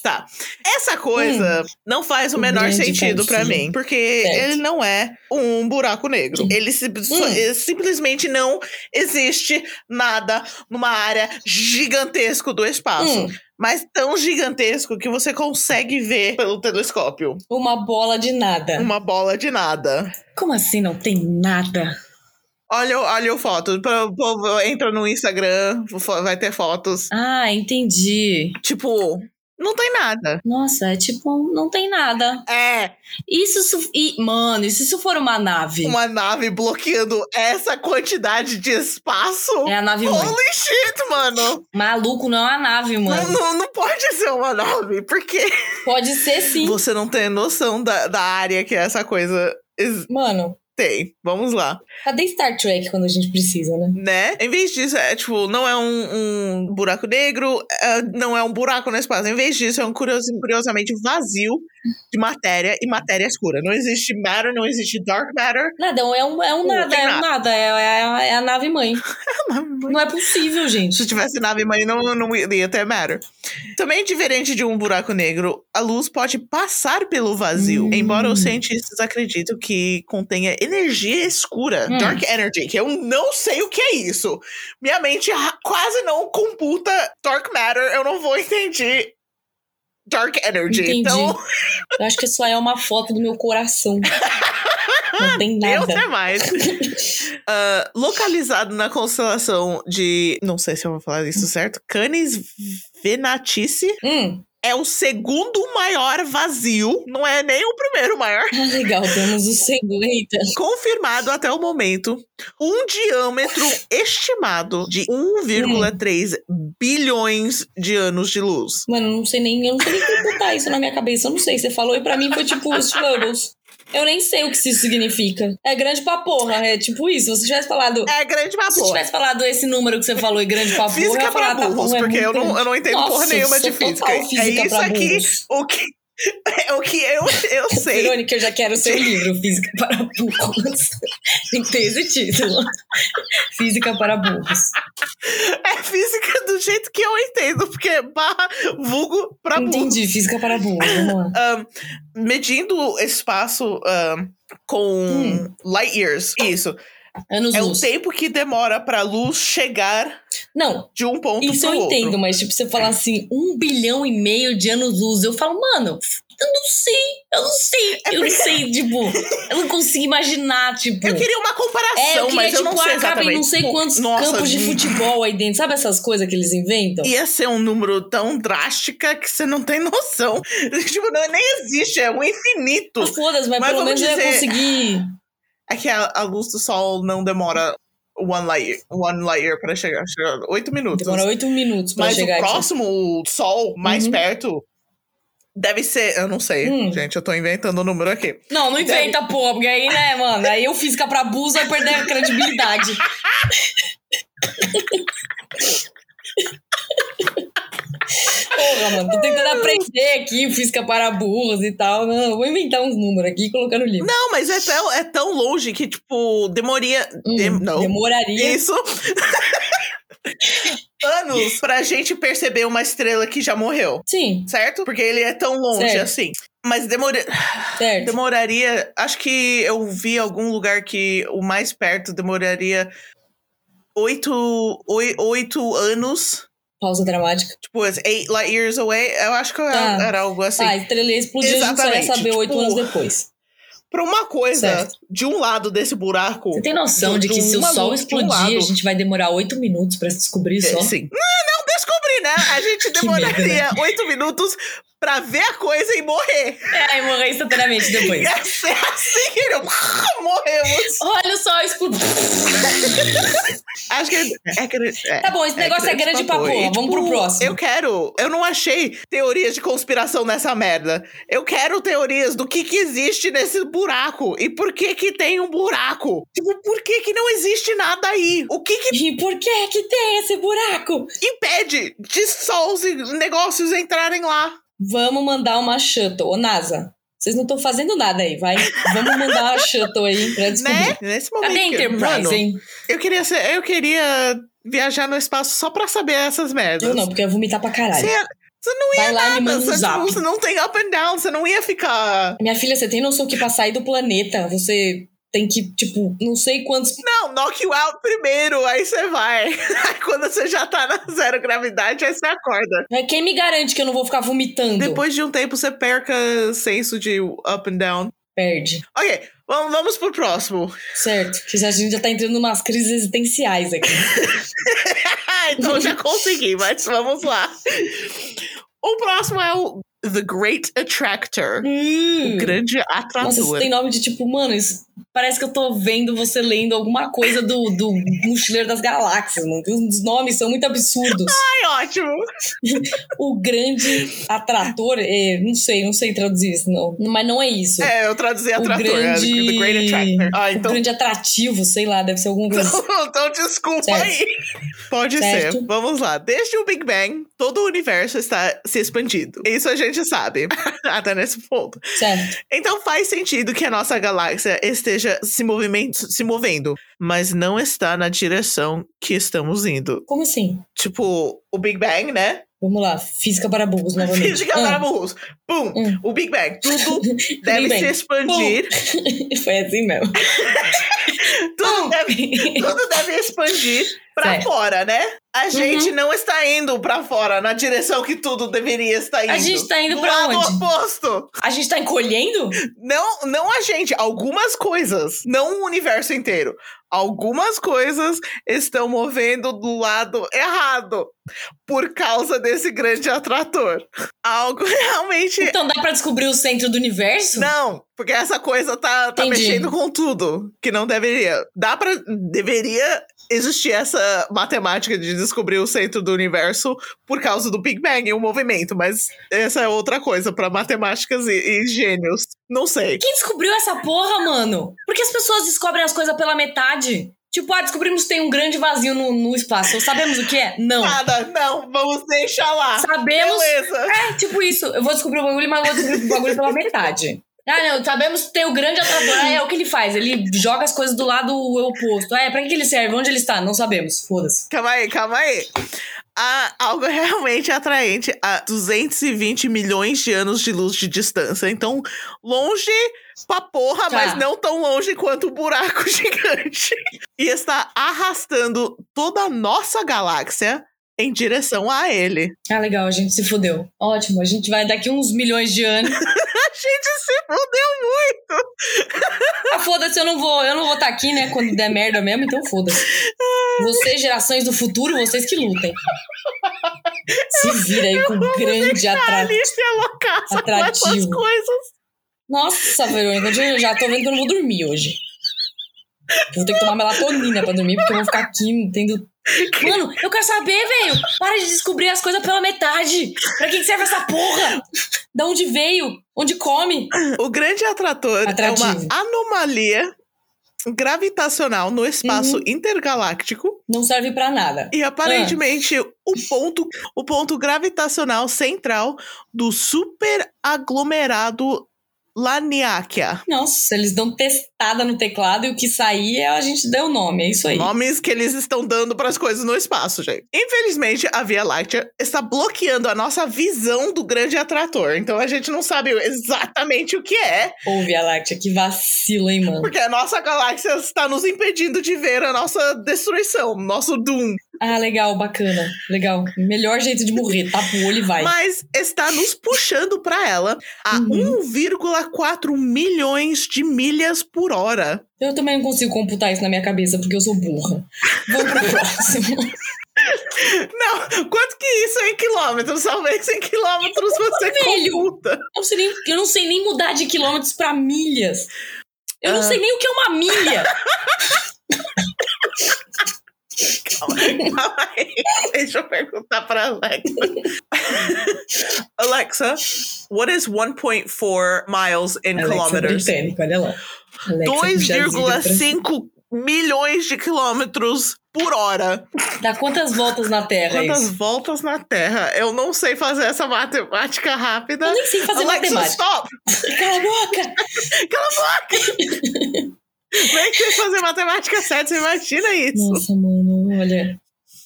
Speaker 1: Tá. Essa coisa não faz o
Speaker 2: O
Speaker 1: menor
Speaker 2: Hum. grande
Speaker 1: sentido pra
Speaker 2: vazio.
Speaker 1: mim, porque
Speaker 2: Certo. Hum.
Speaker 1: ele não é um buraco negro. Ele, se- so- ele simplesmente não existe nada numa área gigantesco do espaço,
Speaker 2: Hum,
Speaker 1: mas tão gigantesco que você consegue ver pelo telescópio
Speaker 2: uma bola de nada.
Speaker 1: uma bola de nada.
Speaker 2: Como assim não tem nada?
Speaker 1: Olha, o- olha o foto. Pra- O povo entra no Instagram, fo- vai ter fotos.
Speaker 2: Ah, entendi.
Speaker 1: Tipo, não tem nada.
Speaker 2: Nossa, é tipo, não tem nada.
Speaker 1: É
Speaker 2: Isso, se- e, mano, e se isso for uma nave?
Speaker 1: uma nave bloqueando essa quantidade de espaço.
Speaker 2: É a nave mãe.
Speaker 1: Holy shit, mano.
Speaker 2: Maluco não é uma nave,
Speaker 1: Não,
Speaker 2: mano.
Speaker 1: não- não pode ser uma nave, porque
Speaker 2: Pode ser sim.
Speaker 1: você não tem noção da, da área que essa coisa es-
Speaker 2: Mano,
Speaker 1: tem. Vamos lá.
Speaker 2: cadê Star Trek quando a gente precisa, né?
Speaker 1: Né? Em vez disso, é tipo, não é um, um buraco negro, é, não é um buraco no espaço. Em vez disso, é um curiosi- curiosamente vazio de matéria e matéria escura. Não existe matter, não existe dark matter.
Speaker 2: Nada, é um, é um
Speaker 1: Não
Speaker 2: nada,
Speaker 1: tem
Speaker 2: é um
Speaker 1: nada.
Speaker 2: nada, é, é a- é a nave mãe. Não é possível,
Speaker 1: Se
Speaker 2: gente.
Speaker 1: tivesse nave mãe, não, não iria ter matter. Também diferente de um buraco negro, a luz pode passar pelo vazio.
Speaker 2: Hum.
Speaker 1: Embora os cientistas acreditem que contenha energia escura,
Speaker 2: Hum.
Speaker 1: dark energy, que eu não sei o que é isso. Minha mente ra- quase não computa dark matter, eu não vou entender dark energy.
Speaker 2: Entendi.
Speaker 1: Então,
Speaker 2: Eu acho que só é uma foto do meu coração. Não tem
Speaker 1: Deus
Speaker 2: nada.
Speaker 1: é mais. Ah, localizado na constelação de. Não sei se eu vou falar isso certo. Canis Venatice.
Speaker 2: Hum,
Speaker 1: é o segundo maior vazio, não é nem o primeiro maior,
Speaker 2: ah, legal, temos o segundo. Eita.
Speaker 1: confirmado até o momento, um diâmetro estimado de 1,3 bilhões de anos de luz.
Speaker 2: Mano, eu não sei nem, eu não sei nem computar isso na minha cabeça. Eu não sei. Você falou e pra mim foi tipo os Flurbles. Eu nem sei o que isso significa. É grande pra porra, é tipo isso. Se você tivesse falado.
Speaker 1: É grande pra
Speaker 2: Se
Speaker 1: porra.
Speaker 2: tivesse falado esse número que você falou é grande pra porra, eu
Speaker 1: Física
Speaker 2: ia falar,
Speaker 1: pra
Speaker 2: tá
Speaker 1: burros,
Speaker 2: bom, é
Speaker 1: porque
Speaker 2: muito
Speaker 1: eu, não,
Speaker 2: grande.
Speaker 1: eu não entendo porra
Speaker 2: Nossa,
Speaker 1: nenhuma de
Speaker 2: sou
Speaker 1: física.
Speaker 2: total
Speaker 1: É
Speaker 2: física
Speaker 1: isso
Speaker 2: pra
Speaker 1: aqui,
Speaker 2: burros.
Speaker 1: o que, é o que eu, eu sei.
Speaker 2: Verônica, eu já quero o seu livro, Física para Burros. Tem que ter esse título. Física para Burros.
Speaker 1: É física do jeito que eu entendo, porque é barra vulgo pra burro.
Speaker 2: Entendi, Física para Burros, vamos lá.
Speaker 1: Ahn, medindo o espaço ahn, com
Speaker 2: Hum.
Speaker 1: light years. Isso.
Speaker 2: Anos
Speaker 1: É o
Speaker 2: luz.
Speaker 1: tempo que demora pra luz chegar
Speaker 2: Não,
Speaker 1: de um ponto
Speaker 2: isso
Speaker 1: pro
Speaker 2: eu
Speaker 1: outro. É.
Speaker 2: entendo, mas tipo, você falar assim, um bilhão e meio de anos luz, eu falo, mano, eu não sei, eu não sei,
Speaker 1: É
Speaker 2: eu não sei, tipo, eu não consigo imaginar, tipo.
Speaker 1: Eu queria uma comparação,
Speaker 2: é, eu queria,
Speaker 1: mas
Speaker 2: tipo,
Speaker 1: eu não sei
Speaker 2: ah, cabem
Speaker 1: exatamente.
Speaker 2: não sei quantos
Speaker 1: Nossa,
Speaker 2: campos de
Speaker 1: hum.
Speaker 2: futebol aí dentro, sabe essas coisas que eles inventam?
Speaker 1: Ia ser um número tão drástica que você não tem noção. tipo, não, nem existe, é um infinito.
Speaker 2: Ah, Foda-se, mas,
Speaker 1: Mas
Speaker 2: pelo
Speaker 1: vamos
Speaker 2: menos eu ia
Speaker 1: dizer-
Speaker 2: conseguir.
Speaker 1: É que a, a luz do sol não demora one light, one light year pra chegar. chegar oito minutos.
Speaker 2: Demora oito minutos pra
Speaker 1: Mas o
Speaker 2: chegar aqui.
Speaker 1: próximo o sol mais
Speaker 2: Uhum.
Speaker 1: perto deve ser. Eu não sei,
Speaker 2: Hum.
Speaker 1: gente, eu tô inventando o número aqui.
Speaker 2: Não, não inventa, porra, porque aí, né, mano? Aí eu física pra abuso vai perder a credibilidade. Porra, mano, tô tentando aprender aqui física para burros e tal. Não, eu vou inventar uns números aqui e colocar no livro.
Speaker 1: Não, mas é tão, é tão longe que, tipo, demoria.
Speaker 2: Hum,
Speaker 1: dem- não.
Speaker 2: Demoraria.
Speaker 1: Isso. anos pra gente perceber uma estrela que já morreu.
Speaker 2: Sim,
Speaker 1: Certo? Porque ele é tão longe
Speaker 2: Certo.
Speaker 1: assim. Mas demora...
Speaker 2: certo.
Speaker 1: demoraria. Acho que eu vi algum lugar que o mais perto demoraria oito, oi- oito anos.
Speaker 2: Pausa dramática.
Speaker 1: Tipo, it's eight light years away. Eu acho que era,
Speaker 2: Tá.
Speaker 1: era algo assim.
Speaker 2: Ah, estrela explodiu, a gente só
Speaker 1: Exatamente,
Speaker 2: ia saber oito
Speaker 1: tipo,
Speaker 2: anos depois.
Speaker 1: Pra uma coisa,
Speaker 2: Certo.
Speaker 1: de um lado desse buraco.
Speaker 2: Você tem noção de,
Speaker 1: de
Speaker 2: que se o
Speaker 1: uma
Speaker 2: sol
Speaker 1: luz de um
Speaker 2: explodir,
Speaker 1: lado.
Speaker 2: a gente vai demorar oito minutos pra descobrir
Speaker 1: É,
Speaker 2: só?
Speaker 1: sim. Não, não descobri, né? A gente
Speaker 2: né?
Speaker 1: demoraria oito minutos pra ver a coisa e morrer.
Speaker 2: É, e morrer instantaneamente depois.
Speaker 1: Ia ser assim que ele- morremos.
Speaker 2: Olha o sol explodiu.
Speaker 1: Acho que é, grande. é,
Speaker 2: Tá bom, esse negócio é grande pra porra.
Speaker 1: E,
Speaker 2: Vamos
Speaker 1: tipo,
Speaker 2: pro próximo.
Speaker 1: Eu quero. Eu não achei teorias de conspiração nessa merda. Eu quero teorias do que, que existe nesse buraco e por que que tem um buraco. Tipo, por que que não existe nada aí? O que que
Speaker 2: E por que é que tem esse buraco?
Speaker 1: impede de sols e negócios entrarem lá?
Speaker 2: Vamos mandar uma shuttle. Ô, NASA, vocês não estão fazendo nada aí, vai. Vamos mandar uma shuttle aí pra descobrir.
Speaker 1: Né? Nesse momento.
Speaker 2: Cadê a
Speaker 1: que-
Speaker 2: Enterprise,
Speaker 1: mano,
Speaker 2: hein?
Speaker 1: Eu queria ser, eu queria viajar no espaço só pra saber essas merdas.
Speaker 2: Eu não, porque eu ia vomitar pra caralho.
Speaker 1: Você, você não ia
Speaker 2: Vai lá
Speaker 1: nada,
Speaker 2: e me manda um
Speaker 1: você,
Speaker 2: zap.
Speaker 1: tipo, você não tem up and down, você não ia ficar.
Speaker 2: Minha filha, você tem noção que pra sair do planeta, você tem que, tipo, não sei quantos...
Speaker 1: Não, knock you out primeiro, aí você vai. Aí quando você já tá na zero gravidade, aí você acorda.
Speaker 2: Mas É, Quem me garante que eu não vou ficar vomitando?
Speaker 1: Depois de um tempo, você perca senso de up and down.
Speaker 2: Perde.
Speaker 1: Ok, vamos, vamos pro próximo.
Speaker 2: Certo. Que a gente já tá entrando em umas crises existenciais aqui.
Speaker 1: então já consegui, mas vamos lá. O próximo é o The Great Attractor.
Speaker 2: Hum.
Speaker 1: Grande
Speaker 2: Nossa, isso
Speaker 1: atrator.
Speaker 2: tem nome de tipo, mano, isso parece que eu tô vendo você lendo alguma coisa do, do Mochileiro das Galáxias, mano. Os nomes são muito absurdos.
Speaker 1: Ai, ótimo.
Speaker 2: O grande atrator, é, não sei, não sei traduzir isso, não. Mas não é isso.
Speaker 1: É, eu traduzi
Speaker 2: o
Speaker 1: atrator. é,
Speaker 2: grande-
Speaker 1: The Great Attractor. Ah,
Speaker 2: O
Speaker 1: então.
Speaker 2: grande atrativo, sei lá, deve ser algum coisa. assim.
Speaker 1: Então, então desculpa
Speaker 2: Certo.
Speaker 1: aí. Pode
Speaker 2: Certo.
Speaker 1: ser. Vamos lá. Desde o Big Bang, todo o universo está se expandindo. Isso a gente sabe. Até nesse ponto.
Speaker 2: Certo.
Speaker 1: Então faz sentido que a nossa galáxia esteja se, movimento, se movendo, mas não está na direção que estamos indo.
Speaker 2: Como assim?
Speaker 1: Tipo, o Big Bang, né? é
Speaker 2: Vamos lá, física para burros novamente.
Speaker 1: Física
Speaker 2: Ah,
Speaker 1: para burros. Pum!
Speaker 2: Hum.
Speaker 1: O Big Bang. Tudo deve
Speaker 2: Big
Speaker 1: se
Speaker 2: Bang.
Speaker 1: expandir.
Speaker 2: Foi assim mesmo.
Speaker 1: Tudo deve
Speaker 2: Bom.
Speaker 1: tudo deve expandir pra
Speaker 2: Certo. Uhum.
Speaker 1: fora, né? A gente não está indo pra fora na direção que tudo deveria estar indo.
Speaker 2: A gente tá indo
Speaker 1: Do
Speaker 2: pra
Speaker 1: lado
Speaker 2: onde?
Speaker 1: oposto.
Speaker 2: A gente tá encolhendo?
Speaker 1: Não, não a gente, algumas coisas, não o universo inteiro. Algumas coisas estão movendo do lado errado por causa desse grande atrator. Algo realmente
Speaker 2: Então dá pra descobrir o centro do universo?
Speaker 1: não, porque essa coisa tá, tá
Speaker 2: Entendi.
Speaker 1: mexendo com tudo que não deveria. Dá para deveria existir essa matemática de descobrir o centro do universo por causa do Big Bang e o movimento, mas essa é outra coisa para matemáticas e, e gênios. Não sei.
Speaker 2: Quem descobriu essa porra, mano? Por que as pessoas descobrem as coisas pela metade? Tipo, ah, descobrimos que tem um grande vazio no, no espaço. Sabemos o que é? Não.
Speaker 1: Nada, não, vamos deixar lá.
Speaker 2: Sabemos.
Speaker 1: Beleza.
Speaker 2: É, tipo isso. Eu vou descobrir o bagulho, mas eu vou descobrir o bagulho pela metade. Ah, não, sabemos que tem o grande atrator. Ah, é o que ele faz. Ele joga as coisas do lado oposto. Ah, é, pra que que ele serve? Onde ele está? Não sabemos. Foda-se.
Speaker 1: Calma aí, calma aí. Há algo realmente atraente a 220 milhões de anos de luz de distância. Então, longe pra porra,
Speaker 2: Tá.
Speaker 1: mas não tão longe quanto o buraco gigante. E está arrastando toda a nossa galáxia em direção a ele.
Speaker 2: Ah, legal, a gente se fudeu. Ótimo, a gente vai daqui uns milhões de anos.
Speaker 1: A gente se fudeu muito.
Speaker 2: Ah, foda-se, eu não vou, eu não vou estar aqui, né, quando der merda mesmo, então foda-se. Vocês, gerações do futuro, vocês que lutem. Se vira aí com o grande
Speaker 1: A
Speaker 2: atraso.
Speaker 1: Alice é loucaça com essas
Speaker 2: Atrativo.
Speaker 1: coisas.
Speaker 2: Nossa, Verônica, eu já tô vendo que eu não vou dormir hoje. Eu Vou ter que tomar melatonina pra dormir, porque eu vou ficar aqui tendo. Mano, eu quero saber, velho. Para de descobrir as coisas pela metade. Pra que que serve essa porra? Da onde veio? Onde come?
Speaker 1: O grande atrator
Speaker 2: Atrativo.
Speaker 1: é uma anomalia gravitacional no espaço
Speaker 2: Uhum.
Speaker 1: intergaláctico.
Speaker 2: Não serve pra nada.
Speaker 1: E aparentemente o, ponto, o ponto gravitacional central do superaglomerado Laniakia.
Speaker 2: Nossa, eles dão testada no teclado e o que sair é a gente deu o nome, é isso aí.
Speaker 1: Nomes que eles estão dando para as coisas no espaço, gente. Infelizmente, a Via Láctea está bloqueando a nossa visão do grande atrator. Então a gente não sabe exatamente o que é,
Speaker 2: Ô, Via Láctea, que vacilo, hein, mano.
Speaker 1: porque a nossa galáxia está nos impedindo de ver a nossa destruição, nosso doom.
Speaker 2: Ah, legal, bacana. Legal. Melhor jeito de morrer. Tapa o olho e vai.
Speaker 1: Mas está nos puxando para ela a
Speaker 2: Uhum.
Speaker 1: 1,4 milhões de milhas por hora.
Speaker 2: Eu também não consigo computar isso na minha cabeça, porque eu sou burra. Vamos pro próximo.
Speaker 1: Não, quanto que isso é em quilômetros? Talvez em quilômetros
Speaker 2: é
Speaker 1: você
Speaker 2: Velho.
Speaker 1: computa.
Speaker 2: Eu não, sei nem, eu não sei nem mudar de quilômetros pra milhas. Eu não
Speaker 1: Ah.
Speaker 2: sei nem o que é uma milha.
Speaker 1: Calma aí. Deixa eu perguntar pra Alexa. Alexa, what is 1.4 miles in
Speaker 2: Alexa
Speaker 1: kilometers?
Speaker 2: é britânico, olha lá. é Alexa, já diz-
Speaker 1: 2,5 milhões de quilômetros por hora.
Speaker 2: Dá quantas voltas na Terra é
Speaker 1: Quantas
Speaker 2: isso?
Speaker 1: voltas na Terra? Eu não sei fazer essa matemática rápida.
Speaker 2: Eu nem sei fazer
Speaker 1: Alexa,
Speaker 2: matemática.
Speaker 1: stop!
Speaker 2: Cala a boca!
Speaker 1: Cala a boca! Nem sei fazer matemática certa, você imagina isso.
Speaker 2: Nossa, mano, olha.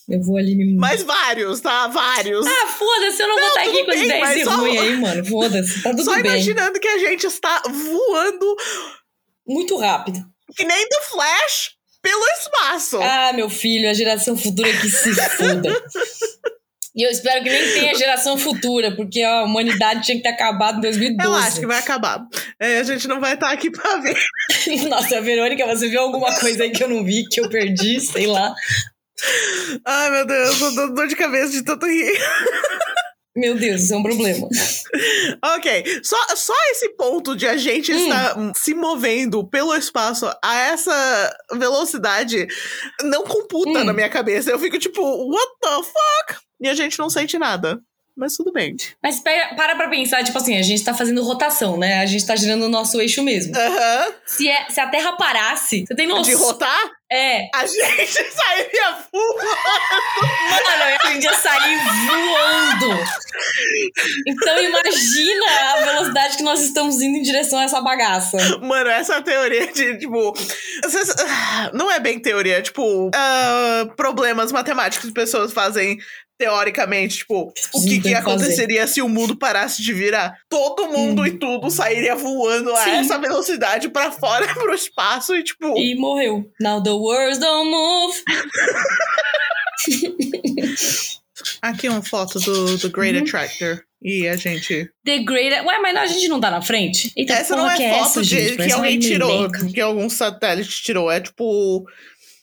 Speaker 2: Eu vou ali me...
Speaker 1: Mas vários, tá? Vários.
Speaker 2: Ah, foda-se, eu não, vou estar aqui
Speaker 1: tudo
Speaker 2: com as
Speaker 1: bem, mas
Speaker 2: ideias
Speaker 1: só-
Speaker 2: ruins aí, mano. Foda-se, tá tudo
Speaker 1: Só
Speaker 2: bem.
Speaker 1: imaginando que a gente está voando
Speaker 2: Muito rápido.
Speaker 1: que nem The Flash pelo espaço.
Speaker 2: Ah, meu filho, a geração futura que se foda. E eu espero que nem tenha geração futura, porque a humanidade tinha que ter acabado em 2012.
Speaker 1: Relaxa, que vai acabar. É, a gente não vai estar aqui pra ver.
Speaker 2: Nossa, Verônica, você viu alguma coisa aí que eu não vi, que eu perdi, sei lá.
Speaker 1: Ai, meu Deus, eu tô dando dor de cabeça de tanto rir.
Speaker 2: Meu Deus, isso é um problema.
Speaker 1: Ok, só, só esse ponto de a gente
Speaker 2: Hum.
Speaker 1: estar hum, se movendo pelo espaço a essa velocidade não computa
Speaker 2: Hum.
Speaker 1: na minha cabeça. Eu fico tipo, what the fuck? E a gente não sente nada. Mas tudo bem.
Speaker 2: Mas pega- para pra pensar, tipo assim, a gente tá fazendo rotação, né? A gente tá girando o nosso eixo mesmo.
Speaker 1: Aham.
Speaker 2: Se, é- se a Terra parasse, você tem
Speaker 1: De
Speaker 2: noção.
Speaker 1: rotar?
Speaker 2: É,
Speaker 1: A gente sairia voando.
Speaker 2: Mano, eu podia sair voando. Então imagina a velocidade que nós estamos indo em direção a essa bagaça.
Speaker 1: Mano, essa teoria de, tipo. vocês- ah, Não é bem teoria, tipo. ah, problemas matemáticos que pessoas fazem teoricamente. Tipo, o
Speaker 2: Sim,
Speaker 1: que,
Speaker 2: tem
Speaker 1: que
Speaker 2: que fazer.
Speaker 1: aconteceria se o mundo parasse de virar? Todo mundo e tudo sairia voando a
Speaker 2: Sim.
Speaker 1: essa velocidade pra fora, pro espaço e, tipo.
Speaker 2: E morreu. Now the world don't move.
Speaker 1: Aqui uma foto do, do
Speaker 2: Uhum.
Speaker 1: Great Attractor. E a gente.
Speaker 2: The greater. Ué, mas não, a gente não tá na frente? Eita,
Speaker 1: essa
Speaker 2: porra
Speaker 1: não é
Speaker 2: que
Speaker 1: foto
Speaker 2: essa,
Speaker 1: de,
Speaker 2: gente?
Speaker 1: que
Speaker 2: Parece um uma
Speaker 1: alguém tirou,
Speaker 2: emenda.
Speaker 1: que algum satélite tirou. É tipo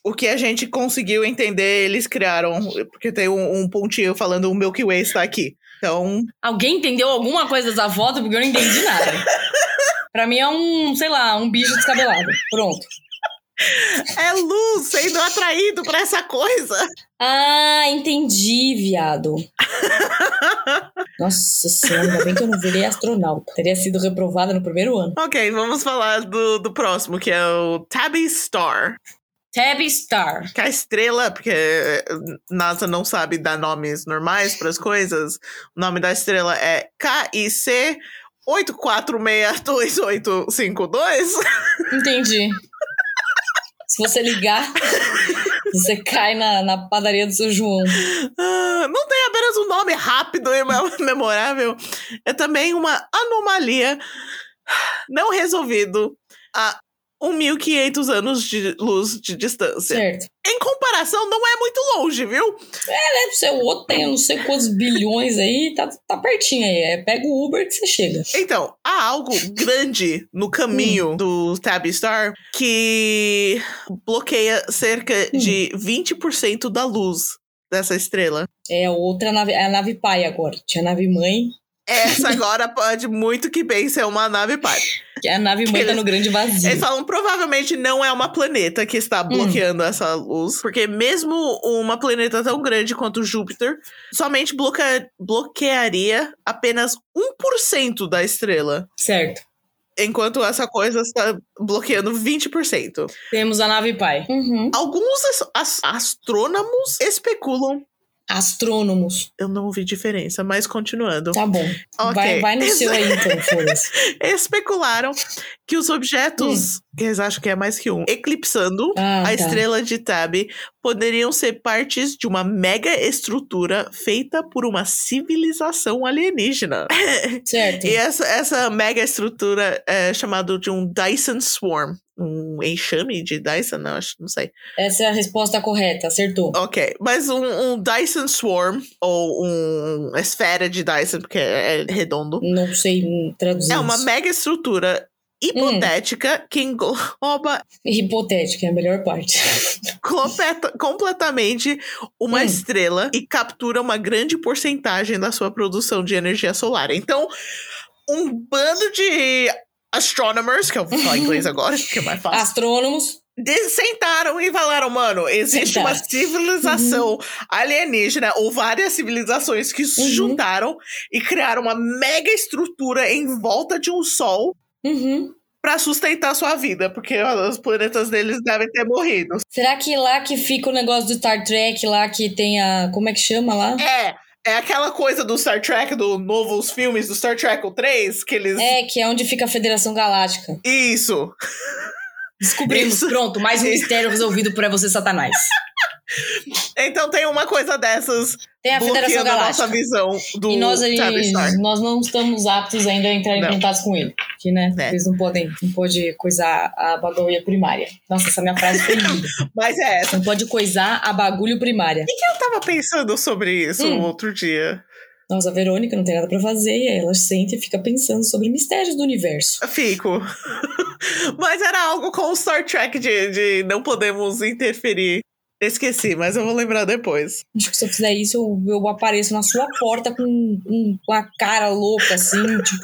Speaker 1: o que a gente conseguiu entender, eles criaram. Porque tem um, um pontinho falando o Milky Way está aqui. Então,
Speaker 2: Alguém entendeu alguma coisa dessa foto? Porque eu não entendi nada. pra mim é um, sei lá, um bicho descabelado. Pronto.
Speaker 1: é luz sendo atraído pra essa coisa.
Speaker 2: Ah, entendi, viado. Nossa senhora, ainda bem que eu não virei astronauta. Teria sido reprovada no primeiro ano.
Speaker 1: ok, vamos falar do, do próximo, que é o Tabby Star.
Speaker 2: Tab Star.
Speaker 1: Que é a estrela, porque eh, NASA não sabe dar nomes normais pras coisas. O nome da estrela é KIC 84628852.
Speaker 2: Entendi. Se você ligar, você cai na, na padaria do seu João.
Speaker 1: Ah, não tem apenas um nome rápido e mem- memorável, é também uma anomalia não resolvido a 1.500 anos de luz de distância.
Speaker 2: Certo.
Speaker 1: Em comparação, não é muito longe, viu?
Speaker 2: É, pro seu outro tem não sei quantos bilhões aí, tá, tá pertinho aí. É, pega o Uber que você chega.
Speaker 1: Então, há algo grande no caminho
Speaker 2: Hum.
Speaker 1: do Tab Star que bloqueia cerca
Speaker 2: Hum.
Speaker 1: de 20% da luz dessa estrela.
Speaker 2: É outra nave, é a nave pai agora. Tinha a nave mãe,
Speaker 1: Essa agora pode muito que bem ser uma nave par.
Speaker 2: que a nave mãe tá no grande vazio.
Speaker 1: Eles falam provavelmente não é uma planeta que está bloqueando essa luz, porque mesmo uma planeta tão grande quanto Júpiter somente bloca- bloquearia apenas 1% da estrela,
Speaker 2: Certo.
Speaker 1: enquanto essa coisa está bloqueando 20%.
Speaker 2: Temos a nave pai. Uhum.
Speaker 1: Alguns as- as- astrônomos especulam
Speaker 2: Astrônomos.
Speaker 1: Eu não vi diferença, mas continuando.
Speaker 2: Tá bom.
Speaker 1: Ok.
Speaker 2: Vai, vai no seu aí, então, foda-se.
Speaker 1: Especularam que os objetos, que eles acham que é mais que um, eclipsando a
Speaker 2: Ah, tá.
Speaker 1: estrela de Tabi, poderiam ser partes de uma mega estrutura feita por uma civilização alienígena.
Speaker 2: Certo.
Speaker 1: E essa, essa mega estrutura é chamada de um Dyson Swarm. Um enxame de Dyson? Não, acho, não sei.
Speaker 2: Essa é a resposta correta, acertou.
Speaker 1: Ok, mas um, um Dyson Swarm, ou um- uma esfera de Dyson, porque é redondo,
Speaker 2: Não sei hum, traduzir.
Speaker 1: é uma
Speaker 2: isso. Hum.
Speaker 1: mega estrutura hipotética que engloba
Speaker 2: Hipotética, é a melhor parte.
Speaker 1: completa- completamente uma
Speaker 2: Hum.
Speaker 1: estrela e captura uma grande porcentagem da sua produção de energia solar. Então, um bando de astronomers, que eu vou falar inglês agora, que é mais fácil.
Speaker 2: Astrônomos.
Speaker 1: de- sentaram e falaram, mano, existe
Speaker 2: Sentaram.
Speaker 1: uma civilização alienígena ou várias civilizações que se
Speaker 2: Uhum.
Speaker 1: juntaram e criaram uma mega estrutura em volta de um sol
Speaker 2: Uhum.
Speaker 1: pra sustentar sua vida, porque ó, os planetas deles devem ter morrido.
Speaker 2: Será que lá que fica o negócio do Star Trek, lá que tem a. Como é que chama lá?
Speaker 1: É, é aquela coisa do Star Trek, do novos filmes do Star Trek o 3, que eles
Speaker 2: É, que é onde fica a Federação Galáctica.
Speaker 1: Isso.
Speaker 2: Descobrimos,
Speaker 1: Isso.
Speaker 2: pronto, mais um
Speaker 1: Isso.
Speaker 2: mistério resolvido pra você, Satanás.
Speaker 1: Então tem uma coisa dessas
Speaker 2: Tem É a Federação
Speaker 1: bloqueando a nossa
Speaker 2: Galáctica.
Speaker 1: visão do
Speaker 2: e nós,
Speaker 1: Tab Star.
Speaker 2: nós não estamos aptos ainda a entrar em
Speaker 1: Não.
Speaker 2: contato com ele. Que, né?
Speaker 1: É.
Speaker 2: Eles não podem, não pode coisar a bagulho primária. Nossa, essa minha frase foi linda.
Speaker 1: Mas é essa.
Speaker 2: Não pode coisar a bagulho primária.
Speaker 1: Eu tava pensando sobre isso
Speaker 2: Hum.
Speaker 1: outro dia.
Speaker 2: Nossa, a Verônica não tem nada pra fazer e aí ela senta e fica pensando sobre mistérios do universo.
Speaker 1: Fico. mas era algo com o Star Trek de, de não podemos interferir. Esqueci, mas eu vou lembrar depois.
Speaker 2: Acho que se eu fizer isso, eu, eu apareço na sua porta com, um- com a cara louca, assim, tipo,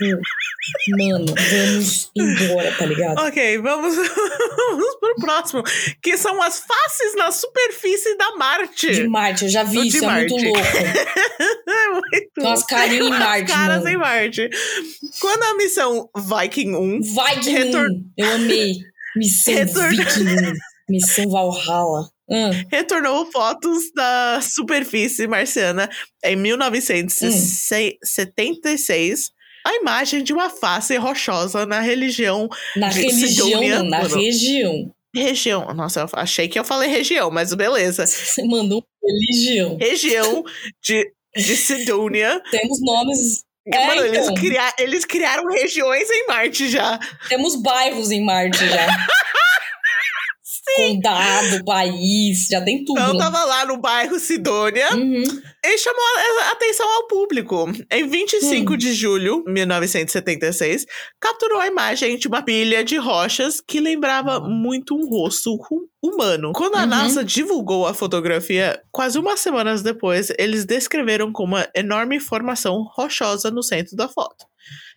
Speaker 2: mano, vamos embora, tá ligado?
Speaker 1: Ok, vamos, vamos pro próximo. Que são as faces na superfície da Marte.
Speaker 2: De Marte, eu já vi
Speaker 1: De
Speaker 2: isso, é
Speaker 1: Marte.
Speaker 2: muito louco.
Speaker 1: É muito
Speaker 2: Tem umas carinhas em
Speaker 1: As
Speaker 2: Marte, né?
Speaker 1: caras em
Speaker 2: mano.
Speaker 1: Marte. Quando a missão Viking 1
Speaker 2: Vai que
Speaker 1: Retor-
Speaker 2: um. Eu amei. Missão
Speaker 1: Retor-
Speaker 2: Viking. Missão Valhalla. Ah,
Speaker 1: retornou fotos da superfície marciana em 1976, a imagem de uma face rochosa na religião.
Speaker 2: na
Speaker 1: De
Speaker 2: religião,
Speaker 1: Sidônia,
Speaker 2: não, na
Speaker 1: mano.
Speaker 2: região.
Speaker 1: Região. Nossa, eu achei que eu falei região, mas beleza.
Speaker 2: Você mandou religião.
Speaker 1: Região de. De Sidônia.
Speaker 2: Temos nomes, É,
Speaker 1: Mano, eles,
Speaker 2: então.
Speaker 1: cria- eles criaram regiões em Marte já.
Speaker 2: temos bairros em Marte já. Condado, país, já tem tudo. né?
Speaker 1: Então, eu tava lá no bairro Sidônia.
Speaker 2: Uhum.
Speaker 1: E chamou a a atenção ao público. Em 25 de julho de 1976, capturou a imagem de uma pilha de rochas que lembrava muito um rosto hu- humano. Quando a
Speaker 2: Uhum.
Speaker 1: NASA divulgou a fotografia, quase umas semanas depois, eles descreveram como uma enorme formação rochosa no centro da foto.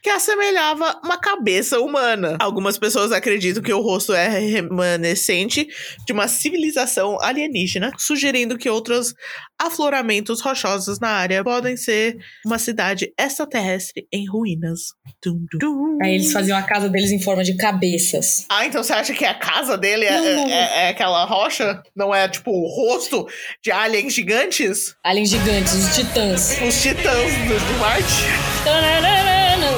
Speaker 1: Que assemelhava uma cabeça humana. Algumas pessoas acreditam que o rosto é remanescente de uma civilização alienígena, sugerindo que outras afloramentos rochosos na área podem ser uma cidade extraterrestre em ruínas. Dum, dum, dum.
Speaker 2: Aí eles faziam a casa deles em forma de cabeças.
Speaker 1: Ah, então você acha que a casa dele é,
Speaker 2: Não, não, não.
Speaker 1: é- é aquela rocha? Não é tipo o rosto de aliens gigantes?
Speaker 2: Aliens gigantes, os titãs.
Speaker 1: Os titãs do, do Marte?
Speaker 2: Tarararana,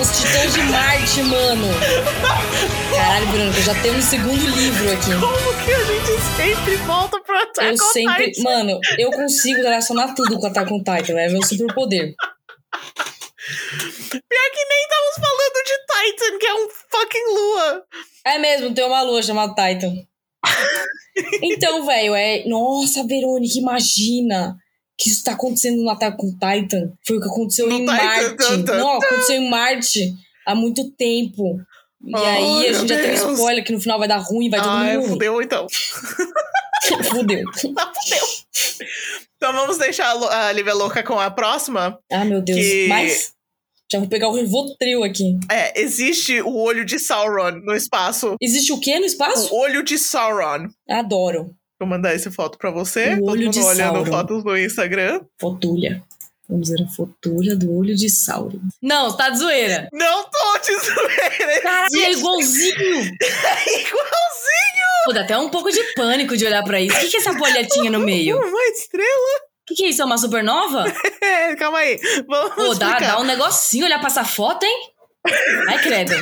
Speaker 2: Os titãs de Marte, mano. Caralho, Verônica, já tem um segundo livro aqui.
Speaker 1: Como que a gente sempre volta pra Attack
Speaker 2: Eu
Speaker 1: on
Speaker 2: sempre.
Speaker 1: Tá Titan?
Speaker 2: Mano, eu consigo relacionar tudo com Attack on Titan, é meu superpoder.
Speaker 1: Pior que nem estamos falando de Titan, que é um fucking lua.
Speaker 2: É mesmo, tem uma lua chamada Titan. Então, velho, é. Nossa, Verônica, imagina que isso tá acontecendo no Attack on Titan. Foi o que aconteceu
Speaker 1: No
Speaker 2: em
Speaker 1: Titan,
Speaker 2: Marte.
Speaker 1: tan, tan,
Speaker 2: Não, aconteceu em Marte há muito tempo. E
Speaker 1: Oh,
Speaker 2: aí a
Speaker 1: meu
Speaker 2: gente já teve
Speaker 1: Deus.
Speaker 2: spoiler que no final vai dar ruim, vai todo
Speaker 1: Ai,
Speaker 2: mundo morrer.
Speaker 1: fudeu então.
Speaker 2: Fudeu.
Speaker 1: Então vamos deixar a Lu- a Lívia louca com a próxima?
Speaker 2: Ah, meu Deus.
Speaker 1: Que-
Speaker 2: Mas já vou pegar o Rivotril aqui.
Speaker 1: É, existe o olho de Sauron no espaço.
Speaker 2: Existe o que no espaço?
Speaker 1: O olho de Sauron.
Speaker 2: Adoro.
Speaker 1: Vou mandar essa foto pra
Speaker 2: O
Speaker 1: você. Todo
Speaker 2: olho
Speaker 1: mundo
Speaker 2: de
Speaker 1: olhando
Speaker 2: Sauron.
Speaker 1: fotos no Instagram.
Speaker 2: Fotulha. Vamos ver a fotulha do olho de Sauron. Não, tá de zoeira.
Speaker 1: Não tô te zoando.
Speaker 2: Caralho, é igualzinho.
Speaker 1: É igualzinho
Speaker 2: Pô, dá até um pouco de pânico de olhar pra isso. O que, que é essa bolha tinha no meio?
Speaker 1: uma estrela.
Speaker 2: O que, que é isso? É uma supernova?
Speaker 1: É, calma aí. Vamos
Speaker 2: Pô, dá,
Speaker 1: explicar.
Speaker 2: dá um negocinho olhar pra essa foto, hein? Ai, credo.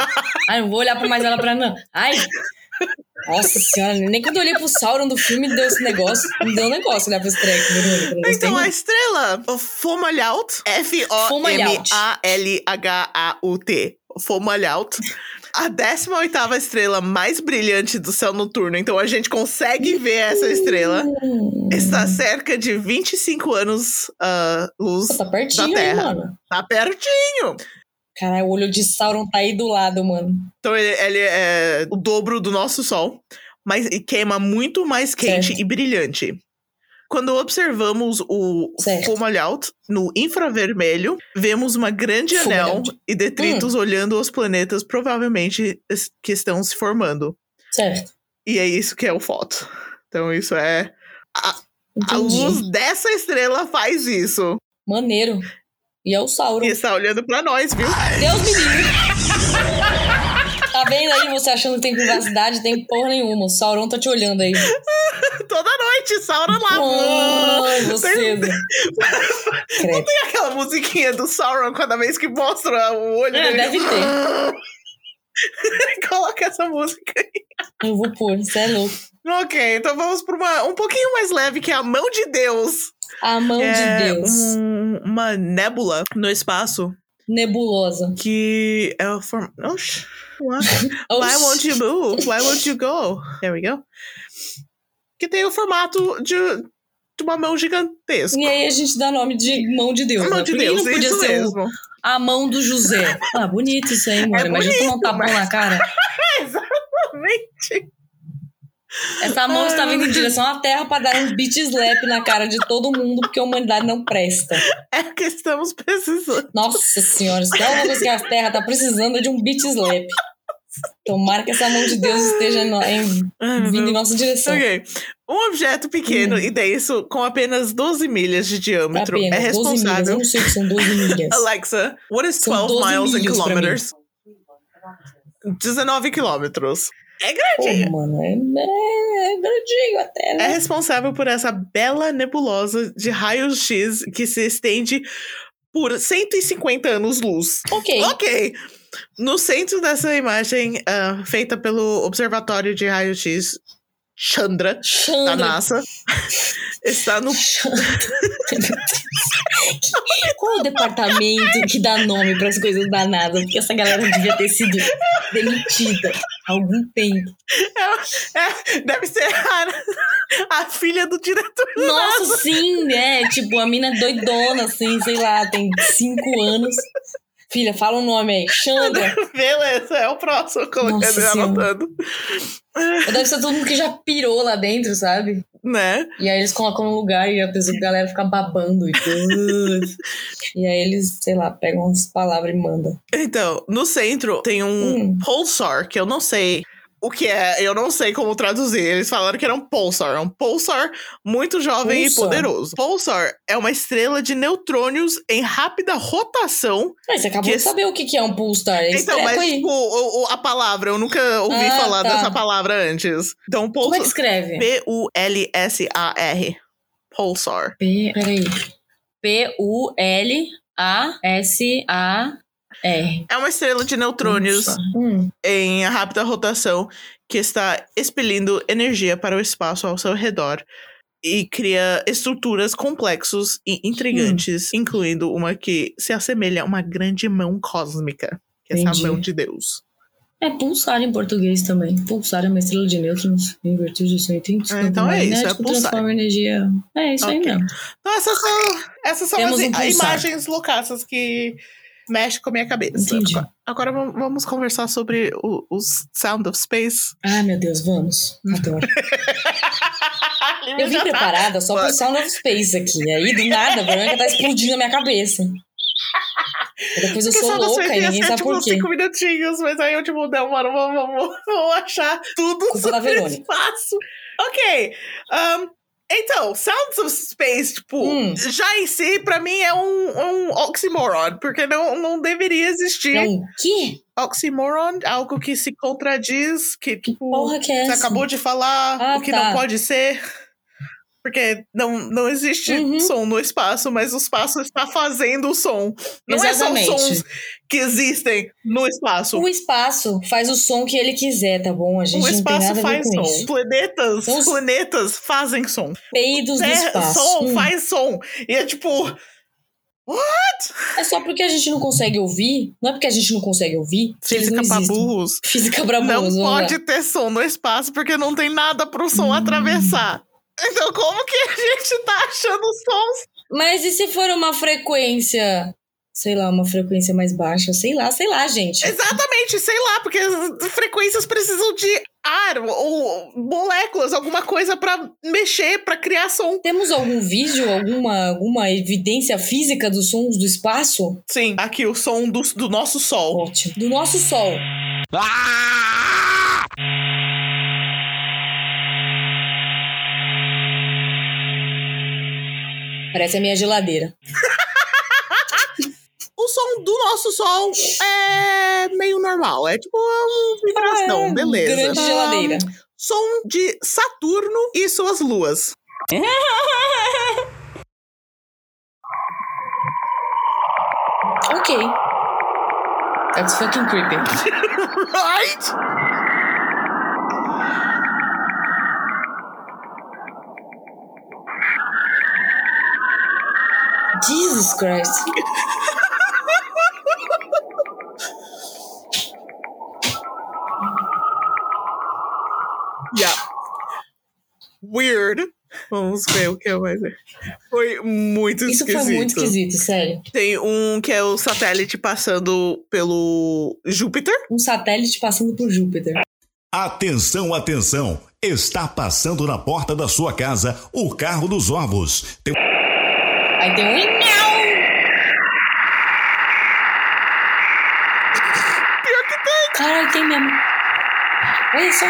Speaker 2: Ai, não vou olhar pra mais ela pra não. Ai. Nossa senhora, nem quando eu olhei pro Sauron do filme deu esse negócio. Me deu um negócio olhar pra esse treco. Verônica, não gostei
Speaker 1: Então, a
Speaker 2: muito.
Speaker 1: estrela Fomalhaut, F-O-M-A-L-H-A-U-T, Fomalhaut, a 18ª estrela mais brilhante do céu noturno. Então, a gente consegue ver essa estrela.
Speaker 2: Hum,
Speaker 1: Está cerca de 25 anos ah, luz.
Speaker 2: tá pertinho,
Speaker 1: da
Speaker 2: hein,
Speaker 1: Terra.
Speaker 2: mano?
Speaker 1: Tá pertinho!
Speaker 2: Caralho, o olho de Sauron tá aí do lado, mano.
Speaker 1: Então, ele, ele é o dobro do nosso Sol, mas e queima muito mais quente
Speaker 2: Certo.
Speaker 1: e brilhante. Quando observamos o
Speaker 2: Certo.
Speaker 1: Fomalhaut no infravermelho, vemos uma grande anel
Speaker 2: Fomalhaut.
Speaker 1: e
Speaker 2: Hum.
Speaker 1: detritos olhando os planetas provavelmente es- que estão se formando.
Speaker 2: Certo.
Speaker 1: E é isso que é o foto. Então, isso é. A
Speaker 2: Entendi.
Speaker 1: luz dessa estrela faz isso.
Speaker 2: Maneiro. E é o Sauron.
Speaker 1: E está olhando pra nós, viu?
Speaker 2: Deus me livre. Tá vendo aí você achando que tem privacidade? Tem porra nenhuma. O Sauron tá te olhando aí.
Speaker 1: Toda noite, Sauron lá.
Speaker 2: Ai, você. Credo.
Speaker 1: aquela musiquinha do Sauron cada vez que mostra o olho
Speaker 2: É,
Speaker 1: dele.
Speaker 2: deve
Speaker 1: Coloca essa música. aí.
Speaker 2: Eu vou pôr, você é louco.
Speaker 1: Ok, então vamos pra uma um pouquinho mais leve, que é a mão de Deus.
Speaker 2: A mão
Speaker 1: é
Speaker 2: de Deus.
Speaker 1: um- uma nébula no espaço
Speaker 2: Nebulosa.
Speaker 1: que é o form... Oxi. What? Why
Speaker 2: Oxi.
Speaker 1: won't you move? Why won't you go? There we go. Que tem o formato de, de uma mão gigantesca.
Speaker 2: E aí a gente dá nome de mão de Deus.
Speaker 1: Mão
Speaker 2: né?
Speaker 1: de
Speaker 2: Por que
Speaker 1: Deus,
Speaker 2: não podia
Speaker 1: isso
Speaker 2: ser o-
Speaker 1: mesmo. É
Speaker 2: a mão do José. Ah, bonito isso aí, mano. Imagina
Speaker 1: bonito,
Speaker 2: tomar um tapão
Speaker 1: mas-
Speaker 2: na cara.
Speaker 1: Exatamente.
Speaker 2: Essa mão
Speaker 1: Ai,
Speaker 2: estava indo tá em
Speaker 1: meu
Speaker 2: direção à Terra pra dar um beat slap na cara de todo mundo, porque a humanidade não presta.
Speaker 1: É o que estamos precisando.
Speaker 2: Nossa senhora, se dá uma coisa que a Terra tá precisando é de um beat slap. Tomara que essa mão de Deus esteja no- em-
Speaker 1: Ai, meu
Speaker 2: vindo em
Speaker 1: Deus.
Speaker 2: nossa direção.
Speaker 1: Ok. Um objeto pequeno e denso com apenas 12 milhas de diâmetro é
Speaker 2: Hum. Apenas 12 milhas. Eu
Speaker 1: responsável.
Speaker 2: não sei o que são 12 milhas.
Speaker 1: Alexa, what is
Speaker 2: São
Speaker 1: 12
Speaker 2: 12
Speaker 1: miles in
Speaker 2: milhas pra mim.
Speaker 1: kilometers? 19 quilômetros. É grandinho.
Speaker 2: Pô, mano, é, é, é grandinho até,
Speaker 1: É
Speaker 2: né?
Speaker 1: responsável por essa bela nebulosa de raios X que se estende por 150 anos-luz.
Speaker 2: Ok.
Speaker 1: Ok. No centro dessa imagem, ah, feita pelo Observatório de Raio X Chandra, da
Speaker 2: Chandra.
Speaker 1: NASA, está no
Speaker 2: Qual o departamento que dá nome pras coisas da NASA? Porque essa galera devia ter sido demitida há algum tempo.
Speaker 1: É, deve ser a, a filha do diretor.
Speaker 2: Nossa, sim, né? Tipo, a mina é doidona, assim, sei lá, tem cinco anos. Filha, fala um nome aí. Chandra.
Speaker 1: Beleza, é o próximo, colocando
Speaker 2: Nossa
Speaker 1: e
Speaker 2: Senhora.
Speaker 1: anotando.
Speaker 2: Ou Deve ser todo mundo que já pirou lá dentro, sabe?
Speaker 1: Né?
Speaker 2: E aí eles colocam no lugar e a pessoa, a galera fica babando e tudo. e aí eles, sei lá, pegam as palavras e mandam.
Speaker 1: Então, no centro tem um
Speaker 2: Hum.
Speaker 1: pulsar, que eu não sei o que é, eu não sei como traduzir. Eles falaram que era um pulsar. É um pulsar muito jovem
Speaker 2: Pulsar.
Speaker 1: e poderoso. Pulsar é uma estrela de neutrônios em rápida rotação.
Speaker 2: Mas você acabou
Speaker 1: Que
Speaker 2: de
Speaker 1: esse-
Speaker 2: saber o que que é um Pulstar. Esse
Speaker 1: então,
Speaker 2: treco
Speaker 1: mas
Speaker 2: aí.
Speaker 1: tipo, o- o- a palavra, eu nunca ouvi
Speaker 2: Ah,
Speaker 1: falar
Speaker 2: tá.
Speaker 1: dessa palavra antes. Então,
Speaker 2: Como é
Speaker 1: pulsar.
Speaker 2: que escreve?
Speaker 1: P-U-L-S-A-R. Pulsar.
Speaker 2: P... Peraí. P-U-L-A-S-A-R.
Speaker 1: É uma estrela de neutrônios
Speaker 2: Hum.
Speaker 1: em rápida rotação que está expelindo energia para o espaço ao seu redor e cria estruturas complexos e intrigantes,
Speaker 2: Hum.
Speaker 1: incluindo uma que se assemelha a uma grande mão cósmica, que é essa
Speaker 2: Entendi.
Speaker 1: mão de Deus.
Speaker 2: É pulsar em português também. Pulsar é uma estrela de nêutrons em virtude do seu intenso.
Speaker 1: Ah,
Speaker 2: campo
Speaker 1: então é isso, é
Speaker 2: magnético que
Speaker 1: pulsar.
Speaker 2: transforma energia. É isso aí
Speaker 1: Ok.
Speaker 2: mesmo.
Speaker 1: Então essas são, essas são as
Speaker 2: Temos um
Speaker 1: i-
Speaker 2: pulsar.
Speaker 1: imagens loucaças que mexem com a minha cabeça.
Speaker 2: Entendi.
Speaker 1: Agora, agora vamos- vamos conversar sobre o- os Sound of Space.
Speaker 2: Ah, meu Deus, vamos. Adoro. Eu vim
Speaker 1: Já tá.
Speaker 2: preparada só pro Sound of Space aqui. Aí, do nada, a Verônica tá explodindo na minha cabeça. E depois eu
Speaker 1: Porque
Speaker 2: sou
Speaker 1: só das
Speaker 2: louca e ninguém
Speaker 1: é
Speaker 2: sabe
Speaker 1: tipo
Speaker 2: por
Speaker 1: uns
Speaker 2: quê.
Speaker 1: cinco minutinhos, mas aí eu tipo, não, mano, vou, vou, vou, vou achar tudo
Speaker 2: Culpa da
Speaker 1: sobre
Speaker 2: Verônica.
Speaker 1: espaço. Ok. ahn, então, Sounds of Space, tipo,
Speaker 2: Hum.
Speaker 1: já em si, pra mim é um, um oxymoron, porque não, não deveria existir
Speaker 2: Não, o É um quê?
Speaker 1: oxymoron, algo que se contradiz, que, tipo,
Speaker 2: Porra que é
Speaker 1: você
Speaker 2: essa?
Speaker 1: acabou de falar
Speaker 2: Ah,
Speaker 1: o que
Speaker 2: tá.
Speaker 1: não pode ser. Porque não, não existe
Speaker 2: Uhum.
Speaker 1: som no espaço, mas o espaço está fazendo o som. Não é só
Speaker 2: Exatamente.
Speaker 1: os sons que existem no espaço.
Speaker 2: O espaço faz o som que ele quiser, tá bom? A gente
Speaker 1: O
Speaker 2: não tem
Speaker 1: espaço
Speaker 2: nada a ver
Speaker 1: faz
Speaker 2: com
Speaker 1: som.
Speaker 2: isso.
Speaker 1: Planetas,
Speaker 2: Então, os-
Speaker 1: planetas fazem som.
Speaker 2: Peidos do
Speaker 1: Terra,
Speaker 2: espaço.
Speaker 1: sol
Speaker 2: Hum.
Speaker 1: faz É, som. E é tipo,
Speaker 2: É só porque a gente não consegue ouvir. Não é porque a gente não consegue ouvir. que eles
Speaker 1: física
Speaker 2: não
Speaker 1: pra
Speaker 2: existem.
Speaker 1: burros.
Speaker 2: Física pra
Speaker 1: Não
Speaker 2: burros, vamos lá. Hum.
Speaker 1: pode ter som no espaço porque não tem nada pro som atravessar. Então, como que a gente tá achando sons?
Speaker 2: Mas e se for uma frequência? Sei lá, uma frequência mais baixa, sei lá, sei lá, gente.
Speaker 1: Exatamente, sei lá, porque as frequências precisam de ar ou moléculas, alguma coisa pra mexer, pra criar som.
Speaker 2: Temos algum vídeo, alguma, alguma evidência física dos sons do espaço?
Speaker 1: Sim, aqui o som do, do nosso sol.
Speaker 2: Ótimo. Do nosso Sol. Parece a minha geladeira.
Speaker 1: O som do nosso sol é meio normal, é tipo uma vibração,
Speaker 2: É,
Speaker 1: beleza.
Speaker 2: Grande
Speaker 1: Ah,
Speaker 2: geladeira.
Speaker 1: Som de Saturno e suas luas.
Speaker 2: Ok. That's fucking creepy.
Speaker 1: Right?
Speaker 2: Jesus Christ.
Speaker 1: Yeah. Weird. Vamos ver o que é mais. Foi muito
Speaker 2: Isso
Speaker 1: esquisito.
Speaker 2: foi muito esquisito, sério.
Speaker 1: Tem um que é o satélite passando pelo Júpiter.
Speaker 2: Um satélite passando por Júpiter.
Speaker 4: Atenção, atenção! Está passando na porta da sua casa o carro dos ovos. Tem
Speaker 2: Aí tem um e-mail.
Speaker 1: Pior que tem.
Speaker 2: Caralho, tem mesmo. Olha só.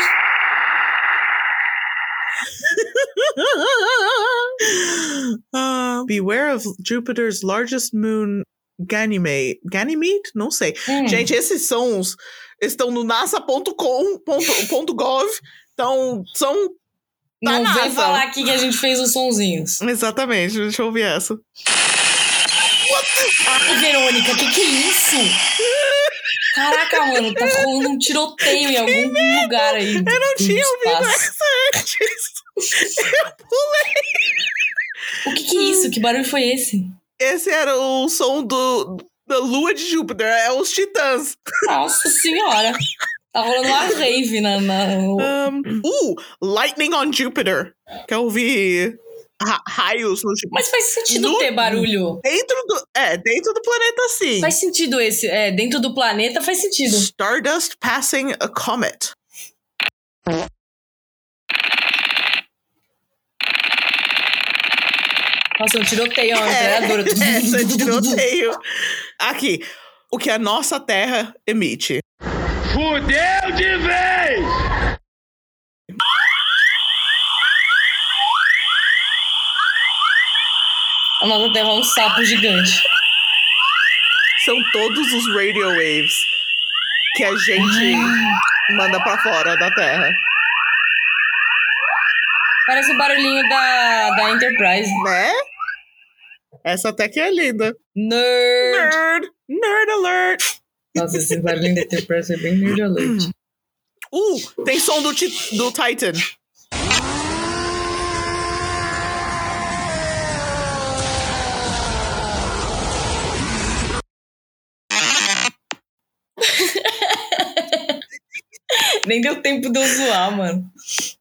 Speaker 1: Ah, beware of Jupiter's largest moon, Ganymede. Ganymede? Não sei.
Speaker 2: Hum.
Speaker 1: Gente, tá esses sons estão no nasa.com.gov. Então, são. da
Speaker 2: não vem
Speaker 1: NASA.
Speaker 2: falar aqui que a gente fez os sonzinhos.
Speaker 1: Exatamente, deixa eu ouvir essa.
Speaker 2: Ai, Verônica, que que é isso? Caraca, mano, tá rolando um tiroteio em algum lugar aí. Eu não
Speaker 1: tinha ouvido
Speaker 2: O que que é isso? Que barulho foi esse?
Speaker 1: Esse era o som do, da lua de Júpiter, é os titãs.
Speaker 2: Nossa senhora. Tá rolando uma rave na... na-
Speaker 1: Uh, Lightning on Jupiter. Quer ouvir ra- raios no Júpiter?
Speaker 2: Mas faz sentido
Speaker 1: No-
Speaker 2: ter barulho.
Speaker 1: Dentro do, é, dentro do planeta, sim.
Speaker 2: Faz sentido esse. É, dentro do planeta faz sentido.
Speaker 1: Stardust passing a comet.
Speaker 2: Nossa, um tiroteio, uma metralhadora.
Speaker 1: Essa é tiroteio. Aqui, o que a nossa Terra emite.
Speaker 3: Fudeu de vez!
Speaker 2: A nossa terra é um sapo gigante.
Speaker 1: São todos os radio waves que a gente manda pra fora da Terra.
Speaker 2: Parece o barulhinho da, da Enterprise.
Speaker 1: Né? Essa até que é linda.
Speaker 2: Nerd!
Speaker 1: Nerd! Nerd alert!
Speaker 2: Nossa, esse barulhinho da Enterprise é bem nerd alert.
Speaker 1: Uh, tem som do, ti- do Titan.
Speaker 2: Nem deu tempo de eu zoar, mano.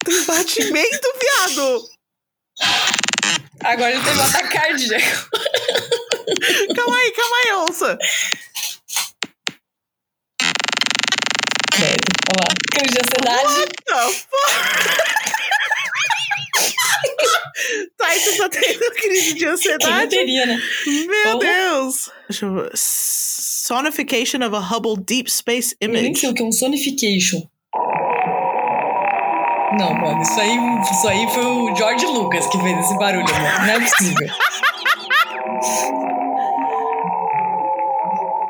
Speaker 1: Tem batimento, viado!
Speaker 2: Agora ele teve um ataque cardíaco.
Speaker 1: Calma aí, calma aí, onça.
Speaker 2: Velho, olha lá. Crise de ansiedade.
Speaker 1: Não, porra. Titan tá tendo crise de
Speaker 2: Quem não
Speaker 1: ansiedade.
Speaker 2: teria, né?
Speaker 1: Meu
Speaker 2: Porra.
Speaker 1: Deus! Deixa eu ver. Sonification of a Hubble Deep Space
Speaker 2: Eu nem
Speaker 1: Image.
Speaker 2: sei o que é um sonification. Não, mano, isso aí, isso aí foi o George Lucas que fez esse barulho, mano. Não é possível.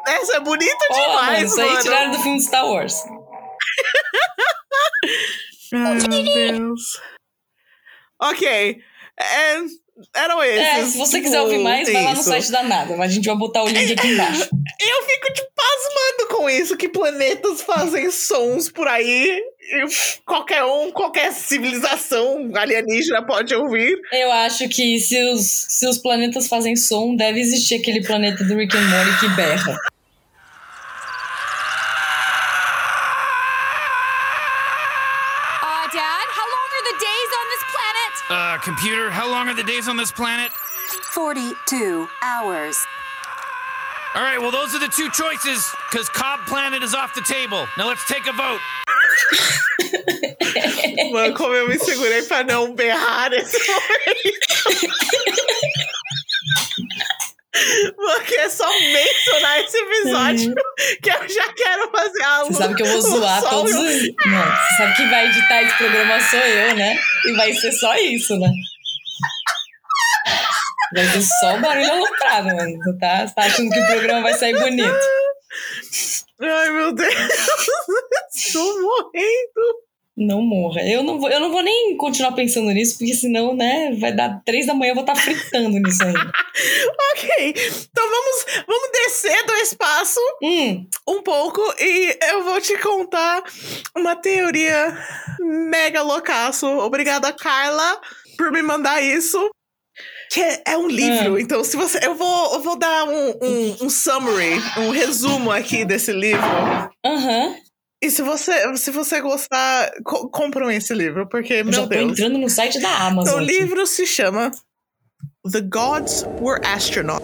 Speaker 1: Essa é bonita
Speaker 2: Olha, mano,
Speaker 1: demais,
Speaker 2: isso aí
Speaker 1: mano.
Speaker 2: tiraram do filme de Star Wars.
Speaker 1: Ai, meu Deus. Ok. É, eram esses.
Speaker 2: É, se você quiser
Speaker 1: tipo,
Speaker 2: ouvir mais, vai lá no
Speaker 1: isso.
Speaker 2: site da Nada. mas A gente vai botar o link aqui embaixo.
Speaker 1: Eu fico te pasmando com isso, que planetas fazem sons por aí. e qualquer um, qualquer civilização alienígena pode ouvir.
Speaker 2: Eu acho que se os, se os planetas fazem som, deve existir aquele planeta do Rick and Morty que berra.
Speaker 5: Uh, Dad, how long are the days on this planet?
Speaker 6: Uh, computer, how long are the days on this planet?
Speaker 7: 42 hours.
Speaker 6: All right, well, those are the two choices, because Cobb Planet is off the table. Now let's take a vote.
Speaker 1: Mano, como eu me segurei pra não berrar nesse momento. Porque é só mencionar esse episódio que eu já quero fazer a
Speaker 2: Uhum. Você sabe que eu vou zoar todos os. Não, você sabe que vai editar esse programa sou eu, né? E vai ser só isso, né? Vai ser só o barulho aloprado, mano. Você tá, você tá achando que o programa vai sair bonito.
Speaker 1: Ai, meu Deus. Estou morrendo.
Speaker 2: Não morra. Eu não vou, eu não vou nem continuar pensando nisso, porque senão, né, vai dar três da manhã eu vou estar fritando nisso ainda.
Speaker 1: Ok. Então vamos, vamos descer do espaço
Speaker 2: Hum,
Speaker 1: um pouco e eu vou te contar uma teoria mega loucaço. Obrigada, Carla, por me mandar isso. Que é- é um livro, então se você. Eu vou, eu vou dar um, um, um summary, um resumo aqui desse livro.
Speaker 2: aham.
Speaker 1: E se você, se você gostar, co compram esse livro, porque,
Speaker 2: Eu já
Speaker 1: meu
Speaker 2: tô
Speaker 1: Deus. Então,
Speaker 2: entrando no site da Amazon.
Speaker 1: O
Speaker 2: aqui.
Speaker 1: livro se chama The Gods Were Astronauts.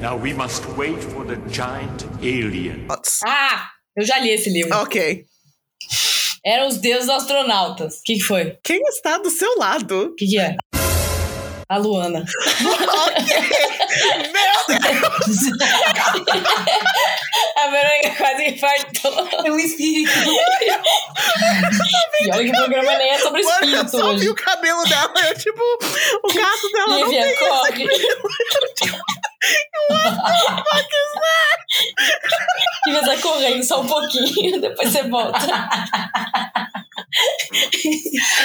Speaker 8: Now we must wait for the giant alien.
Speaker 2: Ah! Eu já li esse livro.
Speaker 1: Ok.
Speaker 2: Eram os deuses astronautas. O que, que foi? O
Speaker 1: Quem está do seu lado?
Speaker 2: que, que é? A Luana.
Speaker 1: Meu Deus!
Speaker 2: A Verônica quase infartou. É um espírito. e olha que o programa nem é sobre
Speaker 1: Mano, eu
Speaker 2: espírito
Speaker 1: só vi
Speaker 2: hoje.
Speaker 1: o cabelo dela. É tipo, o gato dela não tem
Speaker 2: Lívia,
Speaker 1: isso.
Speaker 2: corre. Lívia vai correndo só um pouquinho, depois você volta.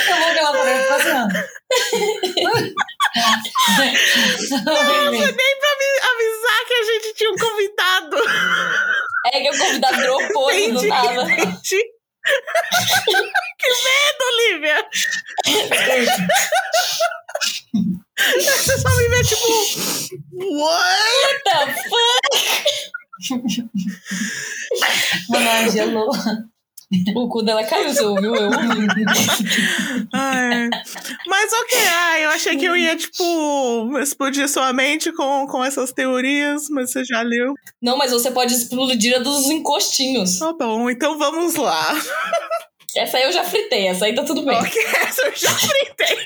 Speaker 9: Eu vou pela parede passeando.
Speaker 1: Você é nem pra me avisar que a gente tinha um convidado.
Speaker 2: É que o convidado dropou e não
Speaker 1: Entendi,
Speaker 2: tava.
Speaker 1: entendi. que medo, Lívia! Você só me vê tipo. What?
Speaker 2: What the fuck?
Speaker 9: Mano, Angelo.
Speaker 2: O cu dela caiu, você ouviu? Eu ouvi.
Speaker 1: Ai. Mas ok, ah, eu achei que eu ia, tipo, explodir sua mente com, com essas teorias, mas você já leu.
Speaker 2: Não, mas você pode explodir a dos encostinhos.
Speaker 1: Tá bom, então vamos lá.
Speaker 2: Essa aí eu já fritei, essa aí tá tudo bem.
Speaker 1: Ok, essa eu já fritei.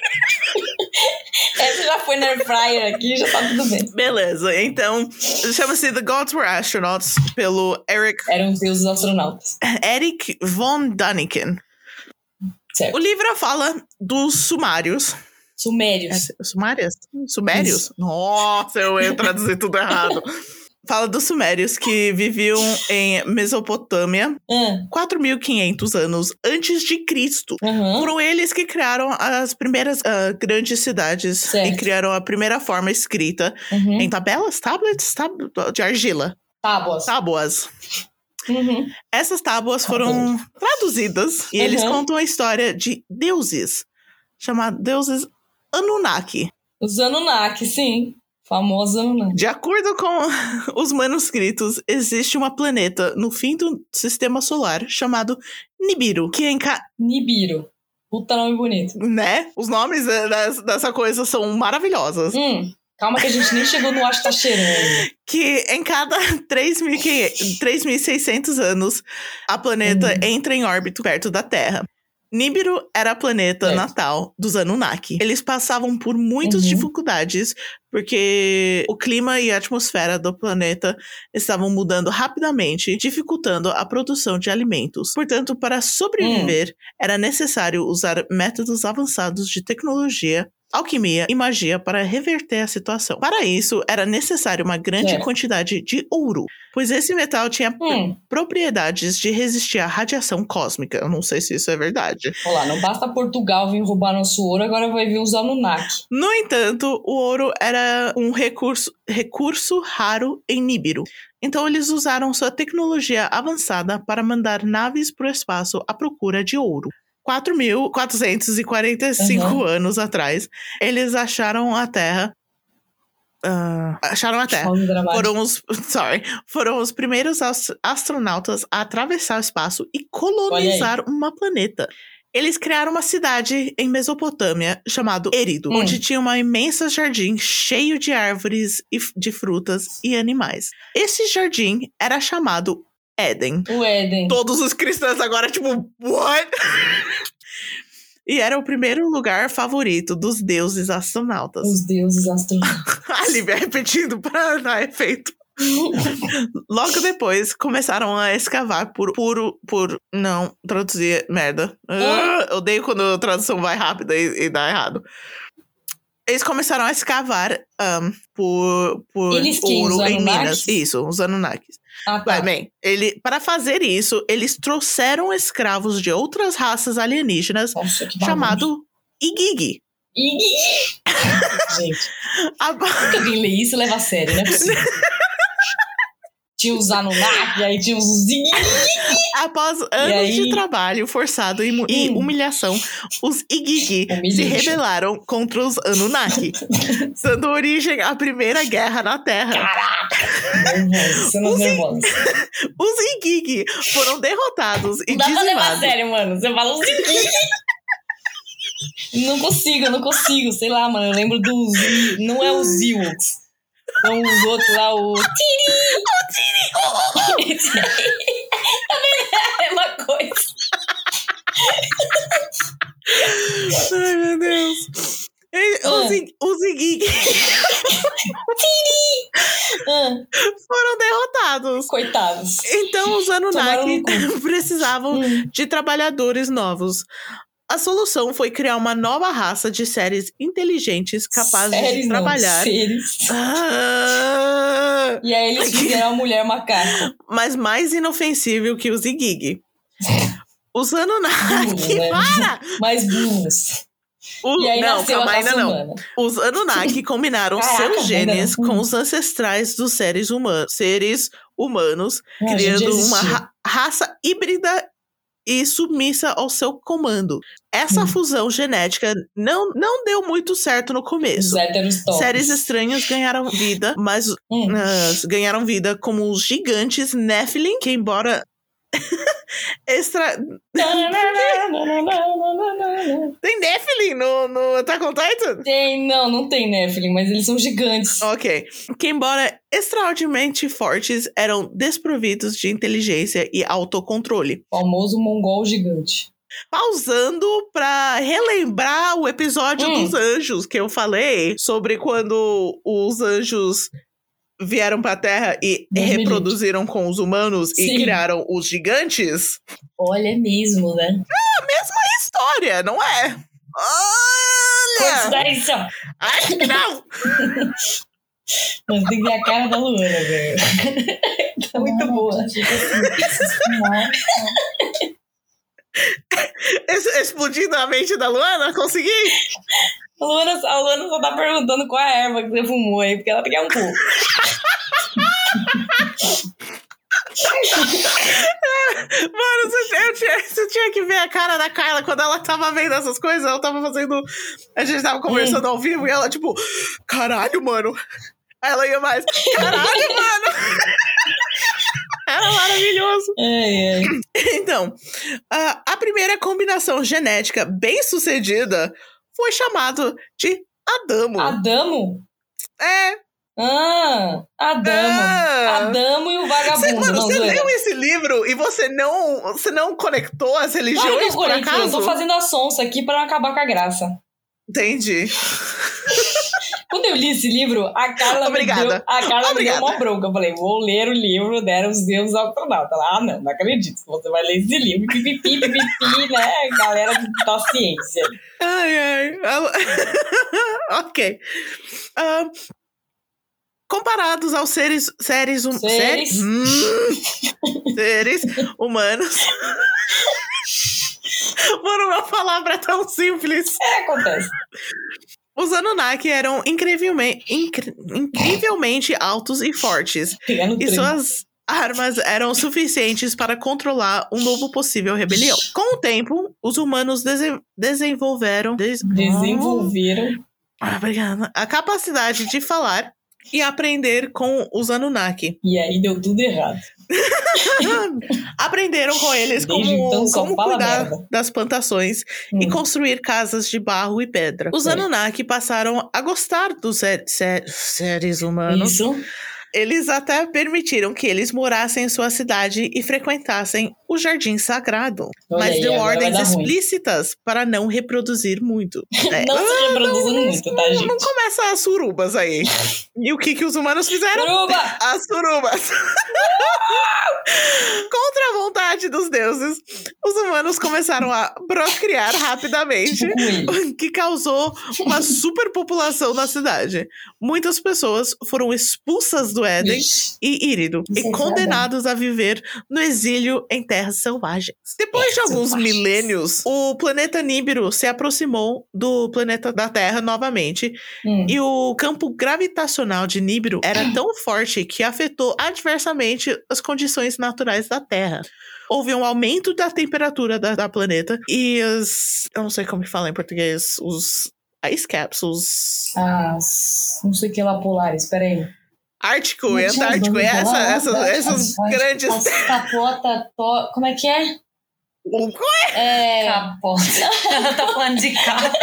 Speaker 2: Essa já foi na air fryer aqui, já tá tudo bem.
Speaker 1: Beleza, então chama-se The Gods Were Astronauts pelo Eric,
Speaker 2: Eram os deuses astronautas.
Speaker 1: Eric von Daniken.
Speaker 2: Certo.
Speaker 1: O livro fala dos sumários.
Speaker 2: Sumérios.
Speaker 1: É, sumárias? Sumérios? Nossa, eu ia traduzir tudo errado. Fala dos sumérios que viviam em Mesopotâmia
Speaker 2: Ah,
Speaker 1: 4.500 anos antes de Cristo.
Speaker 2: Aham.
Speaker 1: Foram eles que criaram as primeiras ah, grandes cidades e
Speaker 2: Certo.
Speaker 1: criaram a primeira forma escrita
Speaker 2: Uhum.
Speaker 1: em tabelas, tablets, tab de argila, Tá.
Speaker 2: Tábuas.
Speaker 1: tábuas.
Speaker 2: Uhum.
Speaker 1: Essas tábuas foram traduzidas e eles
Speaker 2: Uhum.
Speaker 1: contam a história de deuses, chamados deuses Anunnaki.
Speaker 2: Os Anunnaki, sim. Famoso Anunnaki.
Speaker 1: De acordo com os manuscritos, existe uma planeta no fim do sistema solar chamado Nibiru, que enca
Speaker 2: Nibiru. Puta nome bonito.
Speaker 1: né? Os nomes eh, das- dessa coisa são maravilhosos.
Speaker 2: Hum, calma que a gente nem chegou no acho que tá cheirando. ainda.
Speaker 1: que em cada 3.500 3.600 anos a planeta
Speaker 2: Uhum.
Speaker 1: entra em órbito perto da Terra. Nibiru era a planeta
Speaker 2: Certo.
Speaker 1: natal dos Anunnaki. Eles passavam por muitas
Speaker 2: Uhum.
Speaker 1: dificuldades porque o clima e a atmosfera do planeta estavam mudando rapidamente, dificultando a produção de alimentos. Portanto,
Speaker 2: Hum.
Speaker 1: para sobreviver, era necessário usar métodos avançados de tecnologia alquimia e magia para reverter a situação. Para isso, era necessário uma grande
Speaker 2: É.
Speaker 1: quantidade de ouro, pois esse metal tinha pr-
Speaker 2: Hum.
Speaker 1: propriedades de resistir à radiação cósmica. Eu não sei se isso é verdade.
Speaker 2: Olha lá, não basta Portugal vir roubar nosso ouro, agora vai vir os Anunnaki.
Speaker 1: No entanto, o ouro era um recurso, recurso raro em Nibiru. Então eles usaram sua tecnologia avançada para mandar naves para o espaço à procura de ouro. 4.445
Speaker 2: Uhum.
Speaker 1: anos atrás, eles acharam a Terra. Ah, acharam a Terra.
Speaker 2: Fome dramática.
Speaker 1: Foram os, sorry, foram os primeiros as- astronautas a atravessar o espaço e colonizar uma planeta. Eles criaram uma cidade em Mesopotâmia chamado Erido,
Speaker 2: Hum.
Speaker 1: onde tinha um imenso jardim cheio de árvores e f- de frutas e animais. Esse jardim era chamado Éden.
Speaker 2: O Éden.
Speaker 1: Todos os cristãos agora, tipo, what? e era o primeiro lugar favorito dos deuses astronautas.
Speaker 2: Os deuses astronautas.
Speaker 1: A Lívia repetindo para dar efeito. Logo depois, começaram a escavar por puro. por. Não, traduzir merda. Ah, odeio quando a tradução vai rápida e, e dá errado. Eles começaram a escavar ahn, por, por
Speaker 2: Eles quem? Os
Speaker 1: ouro em
Speaker 2: Anunnakis?
Speaker 1: Minas. Isso, os Anunnakis.
Speaker 2: Ah, tá.
Speaker 1: Vai, né? bem, ele, para fazer isso, eles trouxeram escravos de outras raças alienígenas
Speaker 2: Nossa, que bagunça.
Speaker 1: chamado Igigi.
Speaker 2: Ih, Gente,
Speaker 1: A ba-
Speaker 2: nunca alguém lê isso e leva a sério, né? Tinha os Anunnaki, aí tinha um os Zing.
Speaker 1: Após anos
Speaker 2: aí?
Speaker 1: de trabalho forçado e, mu- e
Speaker 2: Hum.
Speaker 1: humilhação, os Igigi se
Speaker 2: Humilhante.
Speaker 1: rebelaram contra os Anunnaki, dando origem à Primeira Guerra na Terra.
Speaker 2: Cenas nervosas.
Speaker 1: Os Igigi foram derrotados e
Speaker 2: Não dá pra levar a
Speaker 1: dizimados.
Speaker 2: sério, mano. Você fala os Zing. Não consigo, eu não consigo. Sei lá, mano. Eu lembro do Z- Não é o Ziwox. São os outros lá, o. Tiri! O Tiri! Também é uma coisa.
Speaker 1: Ai, meu Deus. E- Os, I- os Igigi
Speaker 2: Ah,
Speaker 1: foram derrotados.
Speaker 2: coitados.
Speaker 1: Então os Anunnaki
Speaker 2: Tomaram
Speaker 1: precisavam
Speaker 2: Hum.
Speaker 1: de trabalhadores novos. A solução foi criar uma nova raça de seres inteligentes capazes
Speaker 2: Séries
Speaker 1: de
Speaker 2: não,
Speaker 1: trabalhar
Speaker 2: seres.
Speaker 1: Ah,
Speaker 2: E aí eles fizeram a mulher macaco.
Speaker 1: mas mais inofensível que o Zigig. Os
Speaker 2: Burro,
Speaker 1: Anunnaki.
Speaker 2: né?
Speaker 1: Para!
Speaker 2: Mais burros.
Speaker 1: O-
Speaker 2: E aí
Speaker 1: não,
Speaker 2: nasceu
Speaker 1: calma
Speaker 2: a raça
Speaker 1: ainda não.
Speaker 2: humana.
Speaker 1: Os Anunnaki combinaram
Speaker 2: Caraca, Hum.
Speaker 1: seus genes
Speaker 2: ainda não.
Speaker 1: com os ancestrais dos seres humanos, seres humanos
Speaker 2: Ah, a gente
Speaker 1: criando uma
Speaker 2: existiu.
Speaker 1: ra- raça híbrida e submissa ao seu comando. Essa
Speaker 2: Hum.
Speaker 1: fusão genética não, não deu muito certo no
Speaker 2: Os
Speaker 1: começo.
Speaker 2: héteros tops.
Speaker 1: Séries estranhas ganharam vida, mas
Speaker 2: Hum.
Speaker 1: nas- ganharam vida como os gigantes Nephilim, que embora extra... Tem Nephilim no, no Attack on Titan?
Speaker 2: Tem, não, não tem Nephilim, mas eles são gigantes.
Speaker 1: Ok. Que embora extraordinariamente fortes, eram desprovidos de inteligência e autocontrole.
Speaker 2: O famoso mongol gigante.
Speaker 1: Pausando pra relembrar o episódio
Speaker 2: Hum.
Speaker 1: dos anjos que eu falei sobre quando os anjos vieram pra Terra e
Speaker 2: Deus me livre.
Speaker 1: reproduziram com os humanos e
Speaker 2: Sim.
Speaker 1: criaram os gigantes.
Speaker 2: Olha é mesmo, né?
Speaker 1: mesma história, não é?
Speaker 2: Quantos
Speaker 1: Olha!
Speaker 2: dá isso, assim, ó?
Speaker 1: Acho que não!
Speaker 2: Mano, tem que ver a cara da Luana, velho. tá muito boa.
Speaker 1: Es- Explodindo a mente da Luana, consegui!
Speaker 2: A Luana, a Luana só tá perguntando qual é a erva que você fumou aí, porque ela quer um pouco.
Speaker 1: Mano, você tinha- eu tinha, você tinha que ver a cara da Carla quando ela tava vendo essas coisas, ela tava fazendo. A gente tava conversando ao vivo e ela, tipo, caralho, mano! Aí ela ia mais, caralho, mano! Era maravilhoso!
Speaker 2: Ai, ai.
Speaker 1: Então, a, a primeira combinação genética bem sucedida foi chamado de Adamo.
Speaker 2: Adamo?
Speaker 1: É,
Speaker 2: Ah, Adamo.
Speaker 1: Ah.
Speaker 2: Adamo e o
Speaker 1: Cê,
Speaker 2: vagabundo.
Speaker 1: mano,
Speaker 2: Hum, não,
Speaker 1: você
Speaker 2: zoeira.
Speaker 1: leu esse livro e você não, você não conectou as
Speaker 2: Claro que
Speaker 1: religiões
Speaker 2: eu
Speaker 1: por
Speaker 2: conectei, Ah, eu
Speaker 1: acaso?
Speaker 2: tô fazendo a sonsa aqui pra não acabar com a graça.
Speaker 1: Entendi.
Speaker 2: Quando eu eu li esse livro, a Carla me deu,
Speaker 1: Obrigada.
Speaker 2: a Carla
Speaker 1: Obrigada.
Speaker 2: me deu uma bronca. Eu falei, vou ler o livro, deram os deuses ao astronauta. Ela, ah, não, não acredito que você vai ler esse livro. Pipipi, pipipi, né? Galera da ciência.
Speaker 1: Ai, ai. Ela- ok. Ah, comparados aos seres. Seres. hum-
Speaker 2: Seres.
Speaker 1: Seres, Hum. seres humanos. Mano, uma palavra tão simples.
Speaker 2: É, acontece.
Speaker 1: Os Anunnaki eram incrivelmente, incri- incrivelmente altos e fortes.
Speaker 2: Pegando
Speaker 1: E
Speaker 2: trem.
Speaker 1: suas armas eram suficientes para controlar um novo possível rebelião. Com o tempo, os humanos dese- desenvolveram. des-
Speaker 2: Desenvolveram.
Speaker 1: Ah, obrigada. A capacidade de falar e aprender com os Anunnaki.
Speaker 2: E aí deu tudo errado.
Speaker 1: Aprenderam com eles como,
Speaker 2: Desde então só
Speaker 1: como
Speaker 2: fala
Speaker 1: cuidar
Speaker 2: merda.
Speaker 1: das plantações e
Speaker 2: Hum.
Speaker 1: construir casas de barro e pedra. Os
Speaker 2: É.
Speaker 1: Anunnaki passaram a gostar dos ser- ser- seres humanos.
Speaker 2: Isso.
Speaker 1: Eles até permitiram que eles morassem em sua cidade e frequentassem o jardim sagrado.
Speaker 2: Olha
Speaker 1: mas
Speaker 2: aí,
Speaker 1: deu
Speaker 2: agora vai
Speaker 1: ordens
Speaker 2: dar ruim.
Speaker 1: explícitas para não reproduzir muito. É.
Speaker 2: Não se reproduzindo
Speaker 1: não,
Speaker 2: muito, tá,
Speaker 1: Não
Speaker 2: gente?
Speaker 1: começa as surubas aí. E o que, que os humanos fizeram?
Speaker 2: Suruba!
Speaker 1: As surubas. Contra a vontade dos deuses, os humanos começaram a procriar rapidamente,
Speaker 2: Tipo coelho.
Speaker 1: o que causou uma superpopulação na cidade. Muitas pessoas foram expulsas do Éden
Speaker 2: Ixi.
Speaker 1: e Írido e
Speaker 9: Licenciada.
Speaker 1: condenados a viver no exílio em terras selvagens. Depois de
Speaker 2: Terras
Speaker 1: alguns
Speaker 2: selvagens.
Speaker 1: milênios, o planeta Nibiru se aproximou do planeta da Terra novamente
Speaker 2: Hum.
Speaker 1: e o campo gravitacional de Nibiru era tão forte que afetou adversamente as condições naturais da Terra. Houve um aumento da temperatura da, da planeta e os. Eu não sei como que fala em português. Os ice caps, os.
Speaker 2: As- não sei o que lá polares, peraí.
Speaker 1: Ártico e
Speaker 9: Não tinha
Speaker 1: Antártico,
Speaker 9: nome
Speaker 1: é essa,
Speaker 9: dela,
Speaker 1: essa-
Speaker 9: né?
Speaker 1: essas
Speaker 9: As-
Speaker 1: grandes.
Speaker 2: As capota, to... como é que é? É.
Speaker 9: Capota. Ela tá falando de capa.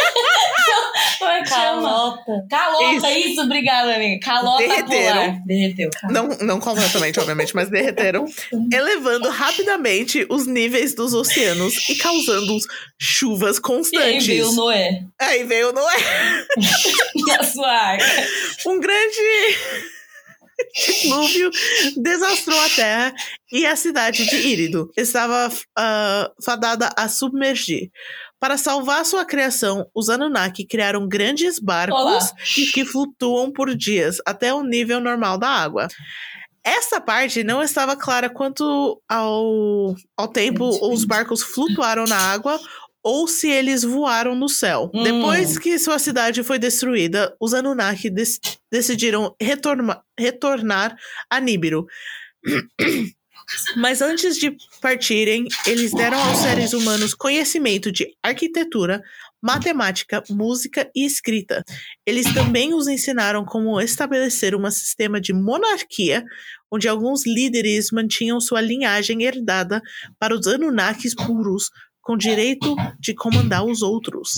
Speaker 2: Como é que chama?
Speaker 9: Calota.
Speaker 2: Calota, isso, obrigada, amiga. Calota
Speaker 1: Derreteram.
Speaker 2: polar. Derreteu.
Speaker 1: Não, não completamente, obviamente, mas derreteram, elevando rapidamente os níveis dos oceanos e causando chuvas
Speaker 2: E aí
Speaker 1: constantes.
Speaker 2: veio Noé
Speaker 1: Aí veio o Noé.
Speaker 2: na sua arca.
Speaker 1: Um grande dilúvio desastrou a terra e a cidade de Írido estava ah, fadada a submergir. Para salvar sua criação, os Anunnaki criaram grandes barcos
Speaker 2: Olá.
Speaker 1: que flutuam por dias até o nível normal da água. Essa parte não estava clara quanto ao, ao tempo os barcos flutuaram na água ou se eles voaram no céu.
Speaker 2: Hum.
Speaker 1: Depois que sua cidade foi destruída, os Anunnaki des- decidiram retorma- retornar a Nibiru. Mas antes de partirem, eles deram aos seres humanos conhecimento de arquitetura, matemática, música e escrita. Eles também os ensinaram como estabelecer um sistema de monarquia, onde alguns líderes mantinham sua linhagem herdada para os Anunnakis puros, com direito de comandar os outros.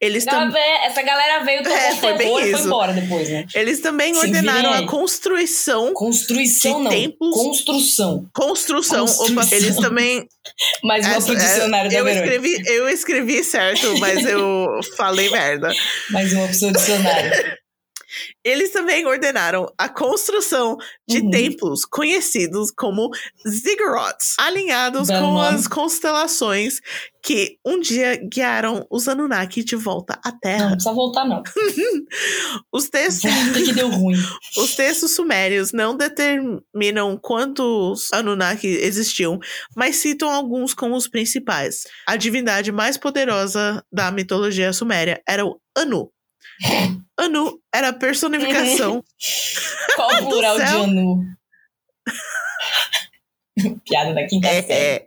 Speaker 1: Eles, tam-
Speaker 2: Gabe- Essa galera veio, tocou
Speaker 1: É, foi bem
Speaker 2: terror e foi
Speaker 1: isso.
Speaker 2: embora depois, né?
Speaker 1: eles também
Speaker 2: Se virem
Speaker 1: ordenaram
Speaker 2: aí.
Speaker 1: a construção.
Speaker 2: Construição
Speaker 1: De
Speaker 2: não,
Speaker 1: tempos-
Speaker 2: construção.
Speaker 1: Construção, opa,
Speaker 2: Construção.
Speaker 1: eles também.
Speaker 2: Mais uma
Speaker 1: essa-
Speaker 2: pro dicionário da
Speaker 1: É, eu,
Speaker 2: Verônica.
Speaker 1: escrevi, eu escrevi certo, mas eu falei merda.
Speaker 2: Mais uma pro seu dicionário.
Speaker 1: Eles também ordenaram a construção de
Speaker 2: Uhum.
Speaker 1: templos conhecidos como ziggurats, alinhados
Speaker 2: Belo
Speaker 1: com
Speaker 2: nome.
Speaker 1: as constelações que um dia guiaram os Anunnaki de volta à
Speaker 2: Não, não
Speaker 1: Terra.
Speaker 2: precisa voltar, não.
Speaker 1: Os textos,
Speaker 2: Volta que deu ruim.
Speaker 1: os textos sumérios não determinam quantos Anunnaki existiam, mas citam alguns como os principais. A divindade mais poderosa da mitologia suméria era o Anu. Anu era a personificação
Speaker 2: Qual o
Speaker 1: Do
Speaker 2: plural de
Speaker 1: céu.
Speaker 2: Anu? Piada da quinta série.
Speaker 1: É.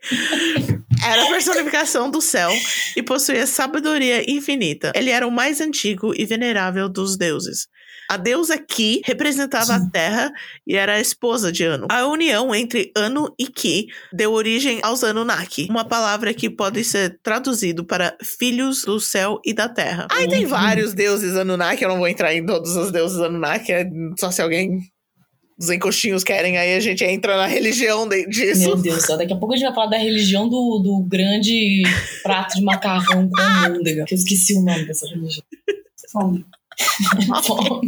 Speaker 1: Era a personificação do céu e possuía sabedoria infinita. Ele era o mais antigo e venerável dos deuses. A deusa Ki representava a terra e era a esposa de Anu. A união entre Anu e Ki deu origem aos Anunnaki, uma palavra que pode ser traduzido para filhos do céu e da terra. Aí tem vários deuses Anunnaki, eu não vou entrar em todos os deuses Anunnaki, é só se alguém dos encostinhos querem, aí a gente entra na religião de- disso.
Speaker 2: Meu Deus do céu, daqui a pouco a gente vai falar da religião do, do grande prato de macarrão com almôndega. Que eu esqueci o nome dessa religião.
Speaker 9: Bom,
Speaker 2: Bom,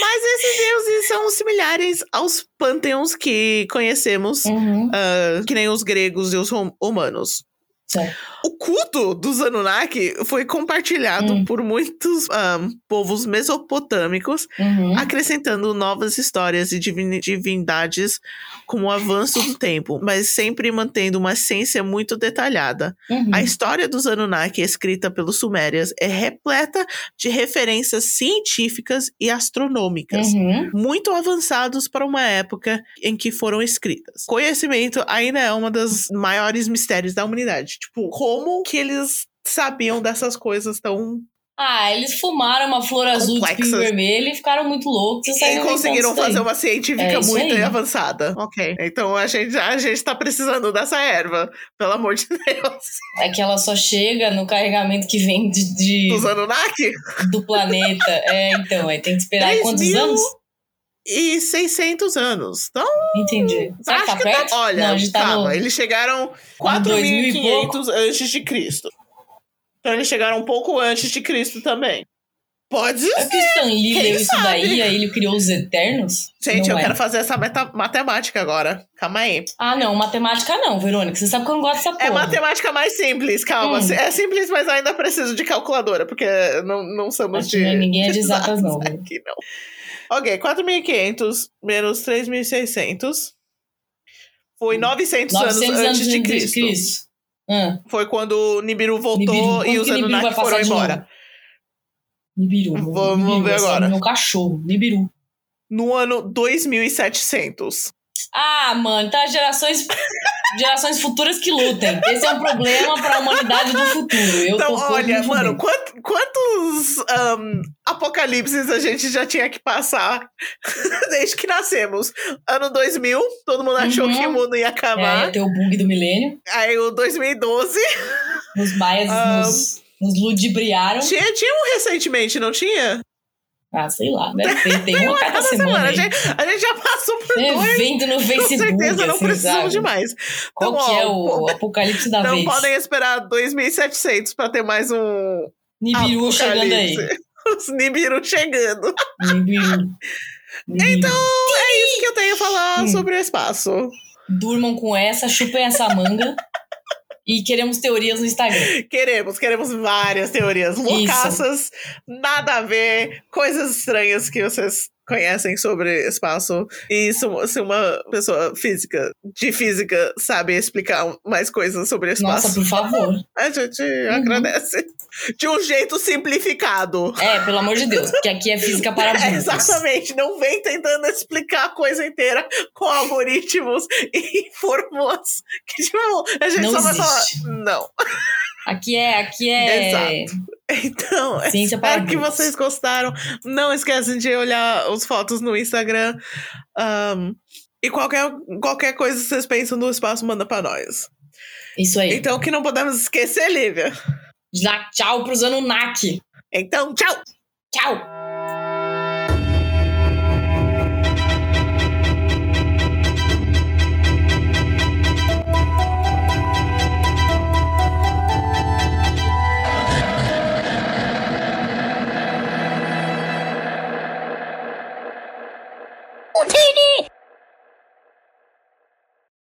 Speaker 1: Mas esses deuses são similares aos panteões que conhecemos,
Speaker 2: uhum,
Speaker 1: ah, que nem os gregos e os rom- romanos.
Speaker 2: certo.
Speaker 1: O culto dos Anunnaki foi compartilhado
Speaker 2: Hum.
Speaker 1: por muitos ahn, povos mesopotâmicos,
Speaker 2: Uhum,
Speaker 1: acrescentando novas histórias e divini- divindades com o avanço do tempo, mas sempre mantendo uma essência muito detalhada.
Speaker 2: uhum.
Speaker 1: A história dos Anunnaki, escrita pelos Sumérias, é repleta de referências científicas e astronômicas
Speaker 2: Uhum.
Speaker 1: muito avançados para uma época em que foram escritas. Conhecimento ainda é uma das maiores mistérios da humanidade. Tipo, como que eles sabiam dessas coisas tão
Speaker 2: Ah, eles fumaram uma flor azul de
Speaker 1: Complexas.
Speaker 2: pinho vermelho e ficaram muito loucos. e
Speaker 1: e
Speaker 2: saíram
Speaker 1: conseguiram
Speaker 2: inventando isso é
Speaker 1: fazer
Speaker 2: daí.
Speaker 1: uma científica
Speaker 2: É isso
Speaker 1: muito
Speaker 2: aí.
Speaker 1: avançada. Ok. Então a gente a gente tá precisando dessa erva, pelo amor de Deus.
Speaker 2: É que ela só chega no carregamento que vem de, de-
Speaker 1: Dos Anunnaki.
Speaker 2: do planeta. É, então, aí tem que esperar aí quantos
Speaker 1: 10.000?
Speaker 2: anos?
Speaker 1: E 600 anos. Então,
Speaker 2: Entendi. Será que
Speaker 1: acho
Speaker 2: tá
Speaker 1: que
Speaker 2: perto?
Speaker 1: tá, olha,
Speaker 2: Não, a gente tá
Speaker 1: calma,
Speaker 2: no-
Speaker 1: eles chegaram
Speaker 2: 2000 e pouco.
Speaker 1: 4.500 antes de Cristo. Então eles chegaram um pouco antes de Cristo também. Pode
Speaker 2: É
Speaker 1: ser.
Speaker 2: que o Stan Lee
Speaker 1: Quem
Speaker 2: leu isso
Speaker 1: sabe?
Speaker 2: daí, aí ele criou os Eternos?
Speaker 1: Gente,
Speaker 2: Não
Speaker 1: eu
Speaker 2: é.
Speaker 1: quero fazer essa meta- matemática agora. Calma aí.
Speaker 2: Ah, não, matemática não, Verônica. Você sabe que eu não gosto dessa porra.
Speaker 1: É matemática mais simples, calma.
Speaker 2: Hum.
Speaker 1: É simples, mas ainda preciso de calculadora, porque não, não somos
Speaker 2: Acho
Speaker 1: de.
Speaker 2: que ninguém é de exatas, não. viu?
Speaker 1: Aqui não. Ok, 4.500 menos 3.600 foi 900,
Speaker 2: 900
Speaker 1: anos
Speaker 2: Hum. anos
Speaker 1: antes de Cristo.
Speaker 2: Ah,
Speaker 1: Foi quando o Nibiru voltou
Speaker 2: Nibiru.
Speaker 1: e os
Speaker 2: Quando que Nibiru
Speaker 1: Anunnaki
Speaker 2: vai passar
Speaker 1: foram
Speaker 2: de novo?
Speaker 1: embora.
Speaker 2: Nibiru.
Speaker 1: Vamos
Speaker 2: Nibiru,
Speaker 1: ver
Speaker 2: esse é
Speaker 1: agora.
Speaker 2: o Meu cachorro, Nibiru.
Speaker 1: No ano 2700.
Speaker 2: Ah, mano, tá gerações gerações futuras que lutem. Esse é um problema pra humanidade do futuro. Eu
Speaker 1: então,
Speaker 2: tô todo
Speaker 1: olha,
Speaker 2: me
Speaker 1: mano,
Speaker 2: fudendo.
Speaker 1: quant- quantos ahn, apocalipses a gente já tinha que passar desde que nascemos? Ano 2000, todo mundo achou
Speaker 2: Uhum.
Speaker 1: que o mundo ia acabar.
Speaker 2: É, tem o bug do milênio.
Speaker 1: Aí o 2012.
Speaker 2: Os maias
Speaker 1: Ah.
Speaker 2: nos, nos ludibriaram.
Speaker 1: Tinha, tinha um recentemente, não tinha?
Speaker 2: Ah, sei lá, né? Tem, tem uma cada
Speaker 1: Cada
Speaker 2: semana.
Speaker 1: semana. A
Speaker 2: aí.
Speaker 1: gente, a gente já passou por dois.
Speaker 2: Evento no
Speaker 1: Com
Speaker 2: Facebook,
Speaker 1: certeza não
Speaker 2: assim, sabe?
Speaker 1: precisamos de mais.
Speaker 2: Qual
Speaker 1: Então,
Speaker 2: que
Speaker 1: ó,
Speaker 2: é o
Speaker 1: pô,
Speaker 2: apocalipse da
Speaker 1: Não
Speaker 2: vez?
Speaker 1: podem esperar 2700 pra ter mais um,
Speaker 2: Nibiru chegando aí.
Speaker 1: Apocalipse. Os Nibiru chegando.
Speaker 2: Nibiru. Nibiru.
Speaker 1: Então, é isso que eu tenho a falar
Speaker 2: Hum.
Speaker 1: sobre o espaço.
Speaker 2: Durmam com essa, chupem essa manga. e queremos teorias no Instagram.
Speaker 1: Queremos, queremos várias teorias loucaças, nada a ver, coisas estranhas que vocês conhecem sobre espaço. E se uma- se uma pessoa física, de física, sabe explicar mais coisas sobre espaço,
Speaker 2: Nossa, por Uhum. favor.
Speaker 1: a gente agradece. De um jeito simplificado.
Speaker 2: É, pelo amor de Deus, porque aqui é física para
Speaker 1: É,
Speaker 2: burros.
Speaker 1: exatamente, não vem tentando explicar a coisa inteira com algoritmos e fórmulas que tipo, a gente
Speaker 2: Não
Speaker 1: só vai falar.
Speaker 2: existe.
Speaker 1: Não.
Speaker 2: Aqui é, aqui é.
Speaker 1: Então,
Speaker 2: Ciência para
Speaker 1: espero que
Speaker 2: burros.
Speaker 1: vocês gostaram. Não esquecem de olhar as fotos no Instagram. Ahn, e qualquer, qualquer coisa que vocês pensam no espaço, manda pra nós.
Speaker 2: Isso aí.
Speaker 1: Então, o que não podemos esquecer, Lívia.
Speaker 2: Dá tchau pros Anunnaki.
Speaker 1: Então, tchau!
Speaker 2: Tchau.
Speaker 5: Teeny!